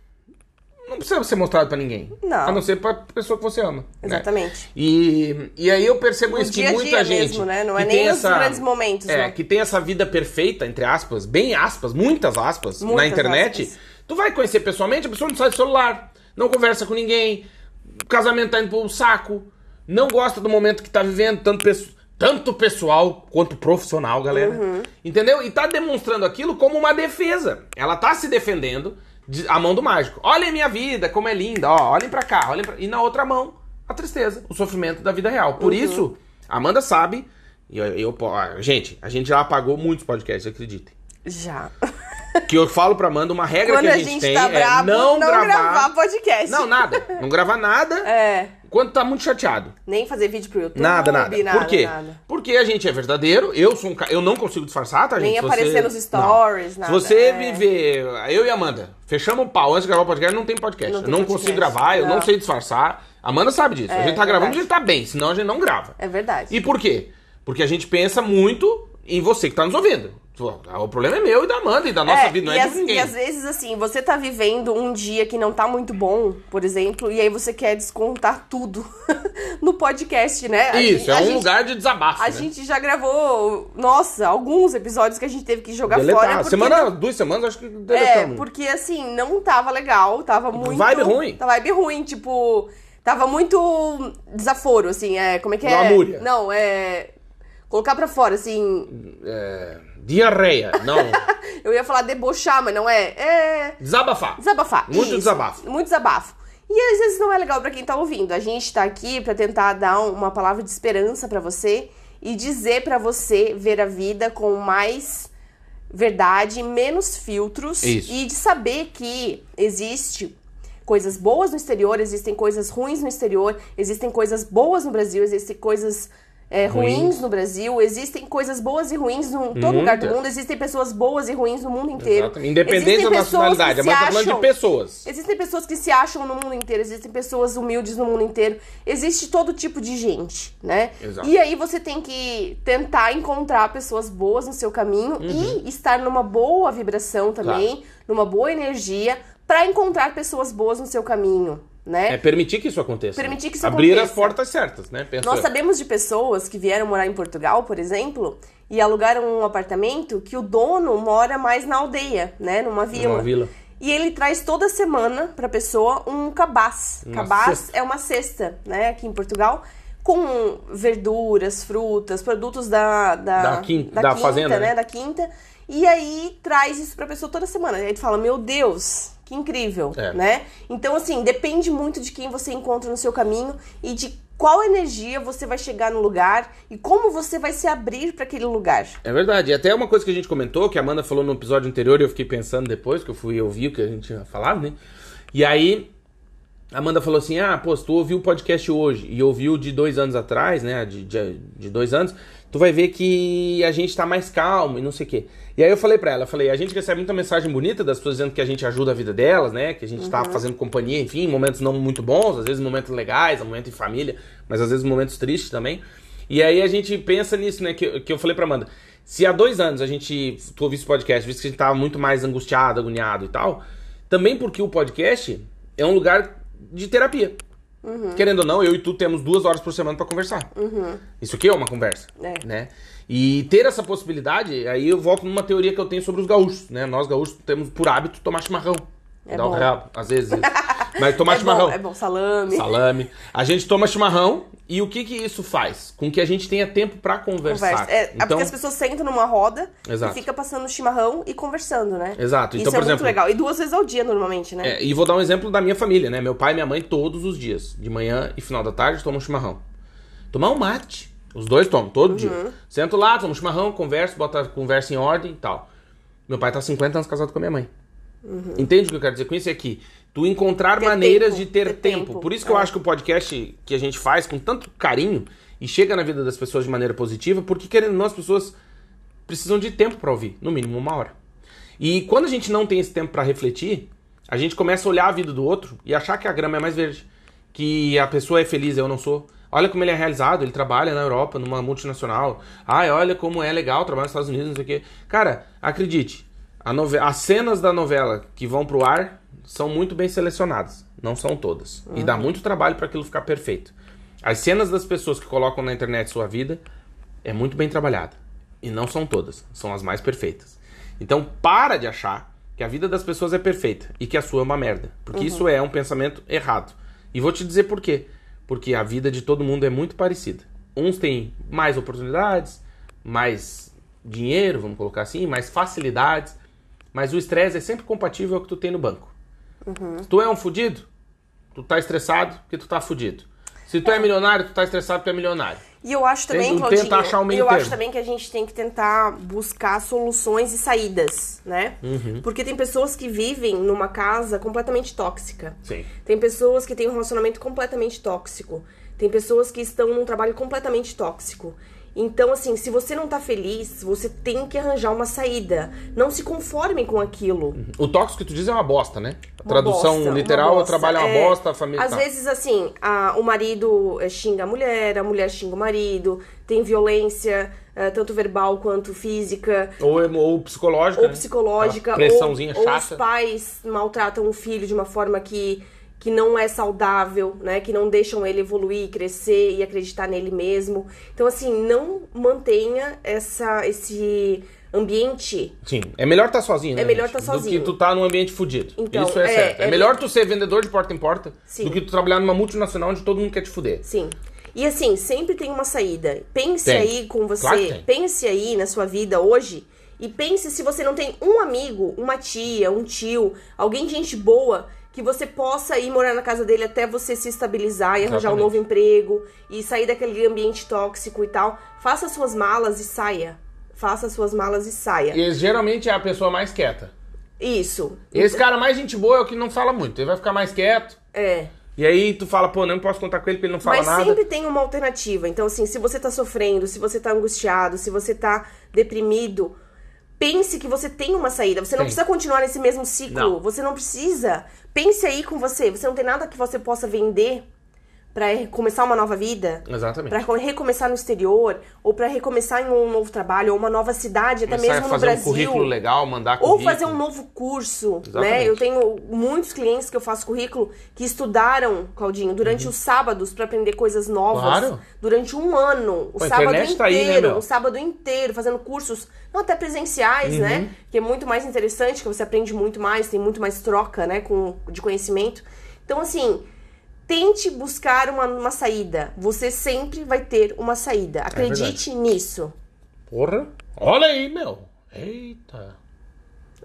Speaker 1: não precisa ser mostrado pra ninguém.
Speaker 3: Não.
Speaker 1: A não ser pra pessoa que você ama. né?
Speaker 3: Exatamente.
Speaker 1: E, e aí eu percebo
Speaker 3: No
Speaker 1: isso,
Speaker 3: dia a
Speaker 1: que muita
Speaker 3: dia
Speaker 1: gente.
Speaker 3: mesmo, né? Não
Speaker 1: que
Speaker 3: é nem
Speaker 1: tem
Speaker 3: os grandes momentos,
Speaker 1: É,
Speaker 3: né?
Speaker 1: que tem essa vida perfeita, entre aspas, bem aspas, muitas aspas, na
Speaker 3: Muitas
Speaker 1: internet.
Speaker 3: aspas.
Speaker 1: Tu vai conhecer pessoalmente, a pessoa não sai do celular, não conversa com ninguém, o casamento tá indo pro saco, não gosta do momento que tá vivendo, tanto, pesso- tanto pessoal quanto profissional, galera. Entendeu? E tá demonstrando aquilo como uma defesa. Ela tá se defendendo de- a mão do mágico. Olhem minha vida, como é linda, ó, olhem pra cá, olhem pra... E na outra mão, a tristeza, o sofrimento da vida real. Por isso, Amanda sabe, e eu, eu po- ah, gente, a gente já apagou muitos podcasts, acreditem
Speaker 3: Já.
Speaker 1: que eu falo pra Amanda, uma regra
Speaker 3: Quando
Speaker 1: que a
Speaker 3: a
Speaker 1: gente,
Speaker 3: gente
Speaker 1: tem
Speaker 3: tá
Speaker 1: é
Speaker 3: bravo,
Speaker 1: não,
Speaker 3: não
Speaker 1: gravar...
Speaker 3: gravar podcast.
Speaker 1: Não, nada. Não gravar nada
Speaker 3: É.
Speaker 1: quando tá muito chateado.
Speaker 3: Nem fazer vídeo pro YouTube.
Speaker 1: Nada, nada.
Speaker 3: nada
Speaker 1: Por quê?
Speaker 3: nada.
Speaker 1: Porque a gente é verdadeiro, eu sou um ca... eu não consigo disfarçar, tá, gente?
Speaker 3: Nem
Speaker 1: Se
Speaker 3: aparecer nos stories,
Speaker 1: não.
Speaker 3: nada,
Speaker 1: Se você
Speaker 3: é.
Speaker 1: me ver, eu e a Amanda, fechamos o pau antes de gravar o podcast, não tem podcast.
Speaker 3: Não
Speaker 1: eu
Speaker 3: tem
Speaker 1: não
Speaker 3: podcast.
Speaker 1: consigo gravar, eu não
Speaker 3: Não.
Speaker 1: sei disfarçar. A Amanda sabe disso. a gente tá
Speaker 3: é
Speaker 1: gravando,
Speaker 3: verdade.
Speaker 1: a gente tá bem, senão a gente não grava.
Speaker 3: É verdade.
Speaker 1: E por quê? Porque a gente pensa muito em você que tá nos ouvindo. O problema é meu e da Amanda e da nossa
Speaker 3: É,
Speaker 1: vida, não
Speaker 3: e
Speaker 1: é
Speaker 3: às-
Speaker 1: de ninguém.
Speaker 3: E às vezes, assim, você tá vivendo um dia que não tá muito bom, por exemplo, e aí você quer descontar tudo *laughs* no podcast, né? A
Speaker 1: Isso,
Speaker 3: gente-
Speaker 1: é
Speaker 3: a
Speaker 1: um
Speaker 3: gente-
Speaker 1: lugar de desabafo.
Speaker 3: A
Speaker 1: né?
Speaker 3: gente já gravou, nossa, alguns episódios que a gente teve que jogar
Speaker 1: Deletar.
Speaker 3: fora. Porque
Speaker 1: Ah, Semana, duas semanas, acho que
Speaker 3: É,
Speaker 1: deletamos.
Speaker 3: porque assim, não tava legal, tava muito.
Speaker 1: Vibe ruim.
Speaker 3: Tá vibe ruim, tipo. Tava muito desaforo, assim, é. Como é que é?
Speaker 1: Lamúria.
Speaker 3: Não, é. Colocar pra fora, assim.
Speaker 1: É, diarreia,
Speaker 3: *laughs*
Speaker 1: não.
Speaker 3: Eu ia falar debochar, mas não é. É.
Speaker 1: Desabafar.
Speaker 3: Desabafar.
Speaker 1: Muito
Speaker 3: isso.
Speaker 1: desabafo.
Speaker 3: Muito desabafo. E às vezes não é legal pra quem tá ouvindo. A gente tá aqui pra tentar dar um, uma palavra de esperança pra você e dizer pra você ver a vida com mais verdade, menos filtros
Speaker 1: Isso.
Speaker 3: e de saber que existe coisas boas no exterior, existem coisas ruins no exterior, existem coisas boas no Brasil, existem coisas é, ruins.
Speaker 1: Ruins.
Speaker 3: no Brasil, existem coisas boas e ruins em todo
Speaker 1: Muita.
Speaker 3: lugar do mundo, existem pessoas boas e ruins no mundo inteiro.
Speaker 1: Exatamente. Independente da
Speaker 3: Existem pessoas
Speaker 1: nacionalidade,
Speaker 3: que
Speaker 1: a Amanda
Speaker 3: se
Speaker 1: tá falando de
Speaker 3: acham-
Speaker 1: pessoas.
Speaker 3: Existem pessoas que se acham no mundo inteiro, existem pessoas humildes no mundo inteiro, existe todo tipo de gente, né?
Speaker 1: Exato.
Speaker 3: E aí você tem que tentar encontrar pessoas boas no seu caminho
Speaker 1: Uhum.
Speaker 3: e estar numa boa vibração também, numa boa energia, pra encontrar pessoas boas no seu caminho, né?
Speaker 1: É permitir que isso aconteça.
Speaker 3: Permitir que isso
Speaker 1: Abrir
Speaker 3: aconteça.
Speaker 1: as portas certas, né? Penso
Speaker 3: Nós
Speaker 1: eu.
Speaker 3: sabemos de pessoas que vieram morar em Portugal, por exemplo, e alugaram um apartamento que o dono mora mais na aldeia, né? Numa vila.
Speaker 1: Numa vila.
Speaker 3: E ele traz toda semana pra pessoa um cabaz.
Speaker 1: Uma
Speaker 3: cabaz
Speaker 1: cesta.
Speaker 3: é uma cesta, né? Aqui em Portugal. Com verduras, frutas, produtos da, da,
Speaker 1: Da quin- da fazenda,
Speaker 3: né?
Speaker 1: né?
Speaker 3: Da quinta. E aí traz isso pra pessoa toda semana. E aí tu fala, meu Deus, que incrível,
Speaker 1: É.
Speaker 3: né? Então, assim, depende muito de quem você encontra no seu caminho e de qual energia você vai chegar no lugar e como você vai se abrir pra aquele lugar.
Speaker 1: É verdade. E até uma coisa que a gente comentou, que a Amanda falou no episódio anterior, e eu fiquei pensando depois, que eu fui ouvir o que a gente tinha falado, né? E aí, a Amanda falou assim: ah, pô, se tu ouviu o podcast hoje e ouviu o de dois anos atrás, né? De, de, de dois anos, tu vai ver que a gente tá mais calmo e não sei o quê. E aí eu falei pra ela, eu falei, a gente recebe muita mensagem bonita das pessoas dizendo que a gente ajuda a vida delas, né? Que a gente tá fazendo companhia, enfim, em momentos não muito bons, às vezes momentos legais, momentos em família, mas às vezes momentos tristes também. E aí a gente pensa nisso, né? Que, que eu falei pra Amanda. Se há dois anos a gente. Tu ouvisse o podcast, visto que a gente tava muito mais angustiado, agoniado e tal. Também porque o podcast é um lugar de terapia.
Speaker 3: Uhum.
Speaker 1: Querendo ou não, eu e tu temos duas horas por semana pra conversar. Isso aqui é uma conversa,
Speaker 3: É.
Speaker 1: né? E ter essa possibilidade, aí eu volto numa teoria que eu tenho sobre os gaúchos, né? Nós gaúchos temos por hábito tomar chimarrão.
Speaker 3: É
Speaker 1: Dá um
Speaker 3: bom.
Speaker 1: rabo, às vezes.
Speaker 3: *laughs*
Speaker 1: isso. Mas tomar
Speaker 3: é
Speaker 1: chimarrão.
Speaker 3: bom, é bom, salame.
Speaker 1: Salame. A gente toma chimarrão e o que que isso faz? Com que a gente tenha tempo pra conversar.
Speaker 3: Conversa. É, é
Speaker 1: então,
Speaker 3: porque as pessoas sentam numa roda
Speaker 1: Exato.
Speaker 3: e fica passando chimarrão e conversando, né?
Speaker 1: Exato. Então,
Speaker 3: Isso
Speaker 1: por
Speaker 3: é muito
Speaker 1: exemplo-
Speaker 3: legal. E duas vezes ao dia, normalmente, né?
Speaker 1: é, e vou dar um exemplo da minha família, né? Meu pai e minha mãe todos os dias, de manhã e final da tarde, tomam chimarrão. Tomar um mate. Os dois tomam, todo
Speaker 3: Uhum.
Speaker 1: dia. Sento lá, tomo chimarrão, converso, bota a conversa em ordem e tal. Meu pai tá 50 anos casado com a minha mãe. Entende o que eu quero dizer com isso? É que tu encontrar
Speaker 3: Uhum. Ter
Speaker 1: maneiras
Speaker 3: tempo,
Speaker 1: de ter,
Speaker 3: ter
Speaker 1: tempo.
Speaker 3: tempo.
Speaker 1: Por isso que eu
Speaker 3: É.
Speaker 1: acho que o podcast que a gente faz com tanto carinho e chega na vida das pessoas de maneira positiva, porque querendo ou não, as pessoas precisam de tempo pra ouvir, no mínimo uma hora. E quando a gente não tem esse tempo pra refletir, a gente começa a olhar a vida do outro e achar que a grama é mais verde, que a pessoa é feliz, eu não sou. Olha como ele é realizado, ele trabalha na Europa, numa multinacional. Ai, olha como é legal trabalhar nos Estados Unidos, não sei o quê. Cara, acredite, a nove- as cenas da novela que vão pro ar são muito bem selecionadas, não são todas. E dá muito trabalho pra aquilo ficar perfeito. As cenas das pessoas que colocam na internet sua vida é muito bem trabalhada. E não são todas, são as mais perfeitas. Então para de achar que a vida das pessoas é perfeita e que a sua é uma merda. Porque isso é um pensamento errado. E vou te dizer por quê. Porque a vida de todo mundo é muito parecida. Uns têm mais oportunidades, mais dinheiro, vamos colocar assim, mais facilidades. Mas o estresse é sempre compatível ao que tu tem no banco. Se tu é um fudido, tu tá estressado porque tu tá fudido. Se tu é milionário, tu tá estressado porque tu é milionário.
Speaker 3: E eu acho também,
Speaker 1: Tem-
Speaker 3: Claudinho,
Speaker 1: tenta achar o meio
Speaker 3: eu
Speaker 1: termo.
Speaker 3: acho também que a gente tem que tentar buscar soluções e saídas, né?
Speaker 1: Uhum.
Speaker 3: Porque tem pessoas que vivem numa casa completamente tóxica.
Speaker 1: Sim.
Speaker 3: Tem pessoas que têm um relacionamento completamente tóxico. Tem pessoas que estão num trabalho completamente tóxico. Então, assim, se você não tá feliz, você tem que arranjar uma saída. Não se conformem com aquilo.
Speaker 1: O tóxico que tu diz é uma bosta, né? A
Speaker 3: Uma
Speaker 1: tradução
Speaker 3: bosta,
Speaker 1: literal
Speaker 3: uma
Speaker 1: é trabalho é uma
Speaker 3: é.
Speaker 1: bosta, a família.
Speaker 3: Às
Speaker 1: tá.
Speaker 3: vezes, assim, a- o marido eh, xinga a mulher, a mulher xinga o marido, tem violência, eh, tanto verbal quanto física,
Speaker 1: Ou, emo- ou psicológica.
Speaker 3: ou
Speaker 1: né?
Speaker 3: psicológica,
Speaker 1: Aquela Pressãozinha
Speaker 3: ou, ou os
Speaker 1: chata.
Speaker 3: pais maltratam o filho de uma forma que, que não é saudável, né? Que não deixam ele evoluir, crescer e acreditar nele mesmo. Então, assim, não mantenha essa, esse ambiente
Speaker 1: Sim. É melhor tá sozinho, né?
Speaker 3: É melhor
Speaker 1: gente?
Speaker 3: tá sozinho.
Speaker 1: Do que tu tá num ambiente fudido.
Speaker 3: Então,
Speaker 1: Isso é,
Speaker 3: é-
Speaker 1: certo. É,
Speaker 3: é-
Speaker 1: melhor tu ser vendedor de porta em porta
Speaker 3: Sim.
Speaker 1: do que tu trabalhar numa multinacional onde todo mundo quer te fuder.
Speaker 3: Sim. E assim, sempre tem uma saída. Pense
Speaker 1: Tem.
Speaker 3: aí com você,
Speaker 1: Claro que tem.
Speaker 3: pense aí na sua vida hoje e pense se você não tem um amigo, uma tia, um tio, alguém de gente boa que você possa ir morar na casa dele até você se estabilizar e arranjar um
Speaker 1: Exatamente.
Speaker 3: novo emprego e sair daquele ambiente tóxico e tal. Faça suas malas e saia. Faça suas malas e saia.
Speaker 1: E geralmente é a pessoa mais quieta.
Speaker 3: Isso.
Speaker 1: Esse cara mais gente boa é o que não fala muito. Ele vai ficar mais quieto.
Speaker 3: É.
Speaker 1: E aí tu fala, pô, não posso contar com ele porque ele não fala
Speaker 3: Mas
Speaker 1: nada.
Speaker 3: sempre tem uma alternativa. Então, assim, se você tá sofrendo, se você tá angustiado, se você tá deprimido, pense que você tem uma saída. Você não
Speaker 1: Tem.
Speaker 3: precisa continuar nesse mesmo ciclo.
Speaker 1: Não.
Speaker 3: Você não precisa. Pense aí com você. Você não tem nada que você possa vender pra começar uma nova vida.
Speaker 1: Exatamente.
Speaker 3: Pra recomeçar no exterior, ou pra recomeçar em um novo trabalho, ou uma nova cidade, até
Speaker 1: Começar
Speaker 3: mesmo
Speaker 1: a
Speaker 3: no
Speaker 1: fazer um
Speaker 3: Brasil.
Speaker 1: currículo legal, mandar
Speaker 3: Ou
Speaker 1: currículo.
Speaker 3: fazer um novo curso,
Speaker 1: Exatamente.
Speaker 3: né? Eu tenho muitos clientes que eu faço currículo que estudaram, Claudinho, durante os sábados pra aprender coisas novas.
Speaker 1: Uhum. Claro.
Speaker 3: Durante um ano, o
Speaker 1: Pô, a
Speaker 3: sábado
Speaker 1: internet
Speaker 3: inteiro,
Speaker 1: tá aí, né, meu?
Speaker 3: um sábado inteiro, fazendo cursos, não até presenciais,
Speaker 1: Uhum.
Speaker 3: né? Que é muito mais interessante, que você aprende muito mais, tem muito mais troca, né, com, de conhecimento. Então, assim, tente buscar uma, uma saída. Você sempre vai ter uma saída.
Speaker 1: É verdade.
Speaker 3: Acredite nisso.
Speaker 1: Porra. Olha aí, meu. Eita.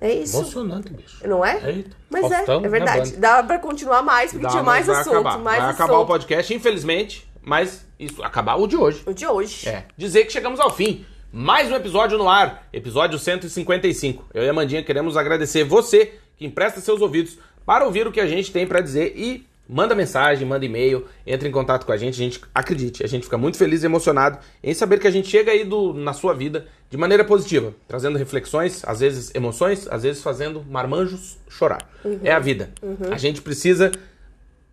Speaker 3: É isso.
Speaker 1: Emocionante, bicho.
Speaker 3: Não é?
Speaker 1: Eita.
Speaker 3: Mas
Speaker 1: Faustão,
Speaker 3: é, é verdade.
Speaker 1: né,
Speaker 3: Dá pra continuar mais, porque
Speaker 1: Dá,
Speaker 3: tinha
Speaker 1: mas
Speaker 3: mais
Speaker 1: vai
Speaker 3: assunto,
Speaker 1: acabar.
Speaker 3: mais
Speaker 1: Vai
Speaker 3: assunto.
Speaker 1: acabar o podcast, infelizmente, mas isso acabar o de hoje.
Speaker 3: O de hoje.
Speaker 1: É. Dizer que chegamos ao fim. Mais um episódio no ar, episódio 155. Eu e a Mandinha queremos agradecer você que empresta seus ouvidos para ouvir o que a gente tem para dizer e manda mensagem, manda e-mail, entra em contato com a gente. A gente acredite, a gente fica muito feliz e emocionado em saber que a gente chega aí do- na sua vida de maneira positiva, trazendo reflexões, às vezes emoções, às vezes fazendo marmanjos chorar. É a vida. A gente precisa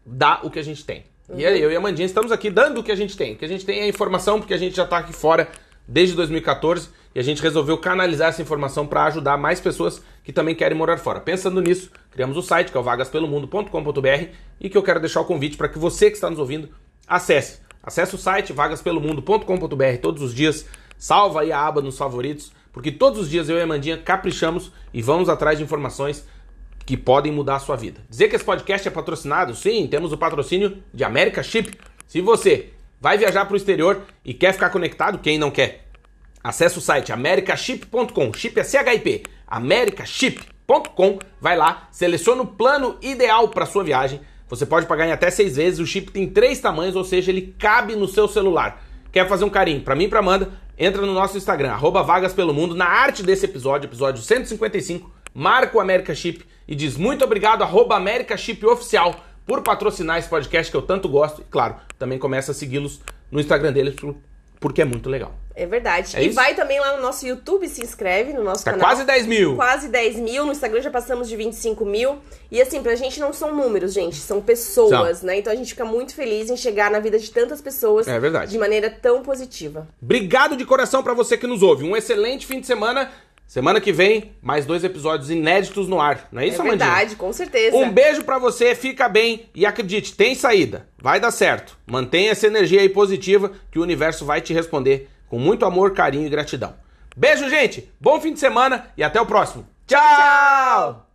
Speaker 1: dá o que a gente tem. E aí, eu e a Mandinha estamos aqui dando o que a gente tem. O que a gente tem é informação, porque a gente já tá aqui fora desde 2014 e a gente resolveu canalizar essa informação para ajudar mais pessoas que também querem morar fora. Pensando nisso, criamos o site que é o vagaspelomundo.com.br e que eu quero deixar o convite para que você que está nos ouvindo acesse. Acesse o site vagaspelomundo.com.br todos os dias, salva aí a aba nos favoritos, porque todos os dias eu e a Mandinha caprichamos e vamos atrás de informações que podem mudar a sua vida. Dizer que esse podcast é patrocinado, sim, temos o patrocínio de America Chip. Se você vai viajar para o exterior e quer ficar conectado, quem não quer? Acesse o site americaship.com, chip é CHIP, americaship.com, vai lá, seleciona o plano ideal para sua viagem. Você pode pagar em até seis vezes, o chip tem três tamanhos, ou seja, ele cabe no seu celular. Quer fazer um carinho para mim e para Amanda? Entra no nosso Instagram, arroba Vagas Pelo Mundo, na arte desse episódio, episódio 155, marca o America Chip e diz muito obrigado, arroba America Chip Oficial, por patrocinar esse podcast que eu tanto gosto. E claro, também começa a segui-los no Instagram deles, porque é muito legal.
Speaker 3: É verdade.
Speaker 1: É
Speaker 3: e
Speaker 1: isso?
Speaker 3: vai também lá no nosso YouTube, se inscreve no nosso
Speaker 1: Tá
Speaker 3: canal.
Speaker 1: quase 10 mil.
Speaker 3: Quase 10 mil. No Instagram já passamos de 25 mil. E assim, pra gente não são números, gente. São pessoas, né? Então a gente fica muito feliz em chegar na vida de tantas pessoas.
Speaker 1: É verdade.
Speaker 3: De maneira tão positiva.
Speaker 1: Obrigado de coração pra você que nos ouve. Um excelente fim de semana. Semana que vem, mais dois episódios inéditos no ar. Não é isso,
Speaker 3: é
Speaker 1: Amandinha?
Speaker 3: verdade, com certeza.
Speaker 1: Um beijo pra você, fica bem e acredite, tem saída. Vai dar certo. Mantenha essa energia aí positiva que o universo vai te responder com muito amor, carinho e gratidão. Beijo, gente. Bom fim de semana e até o próximo. Tchau!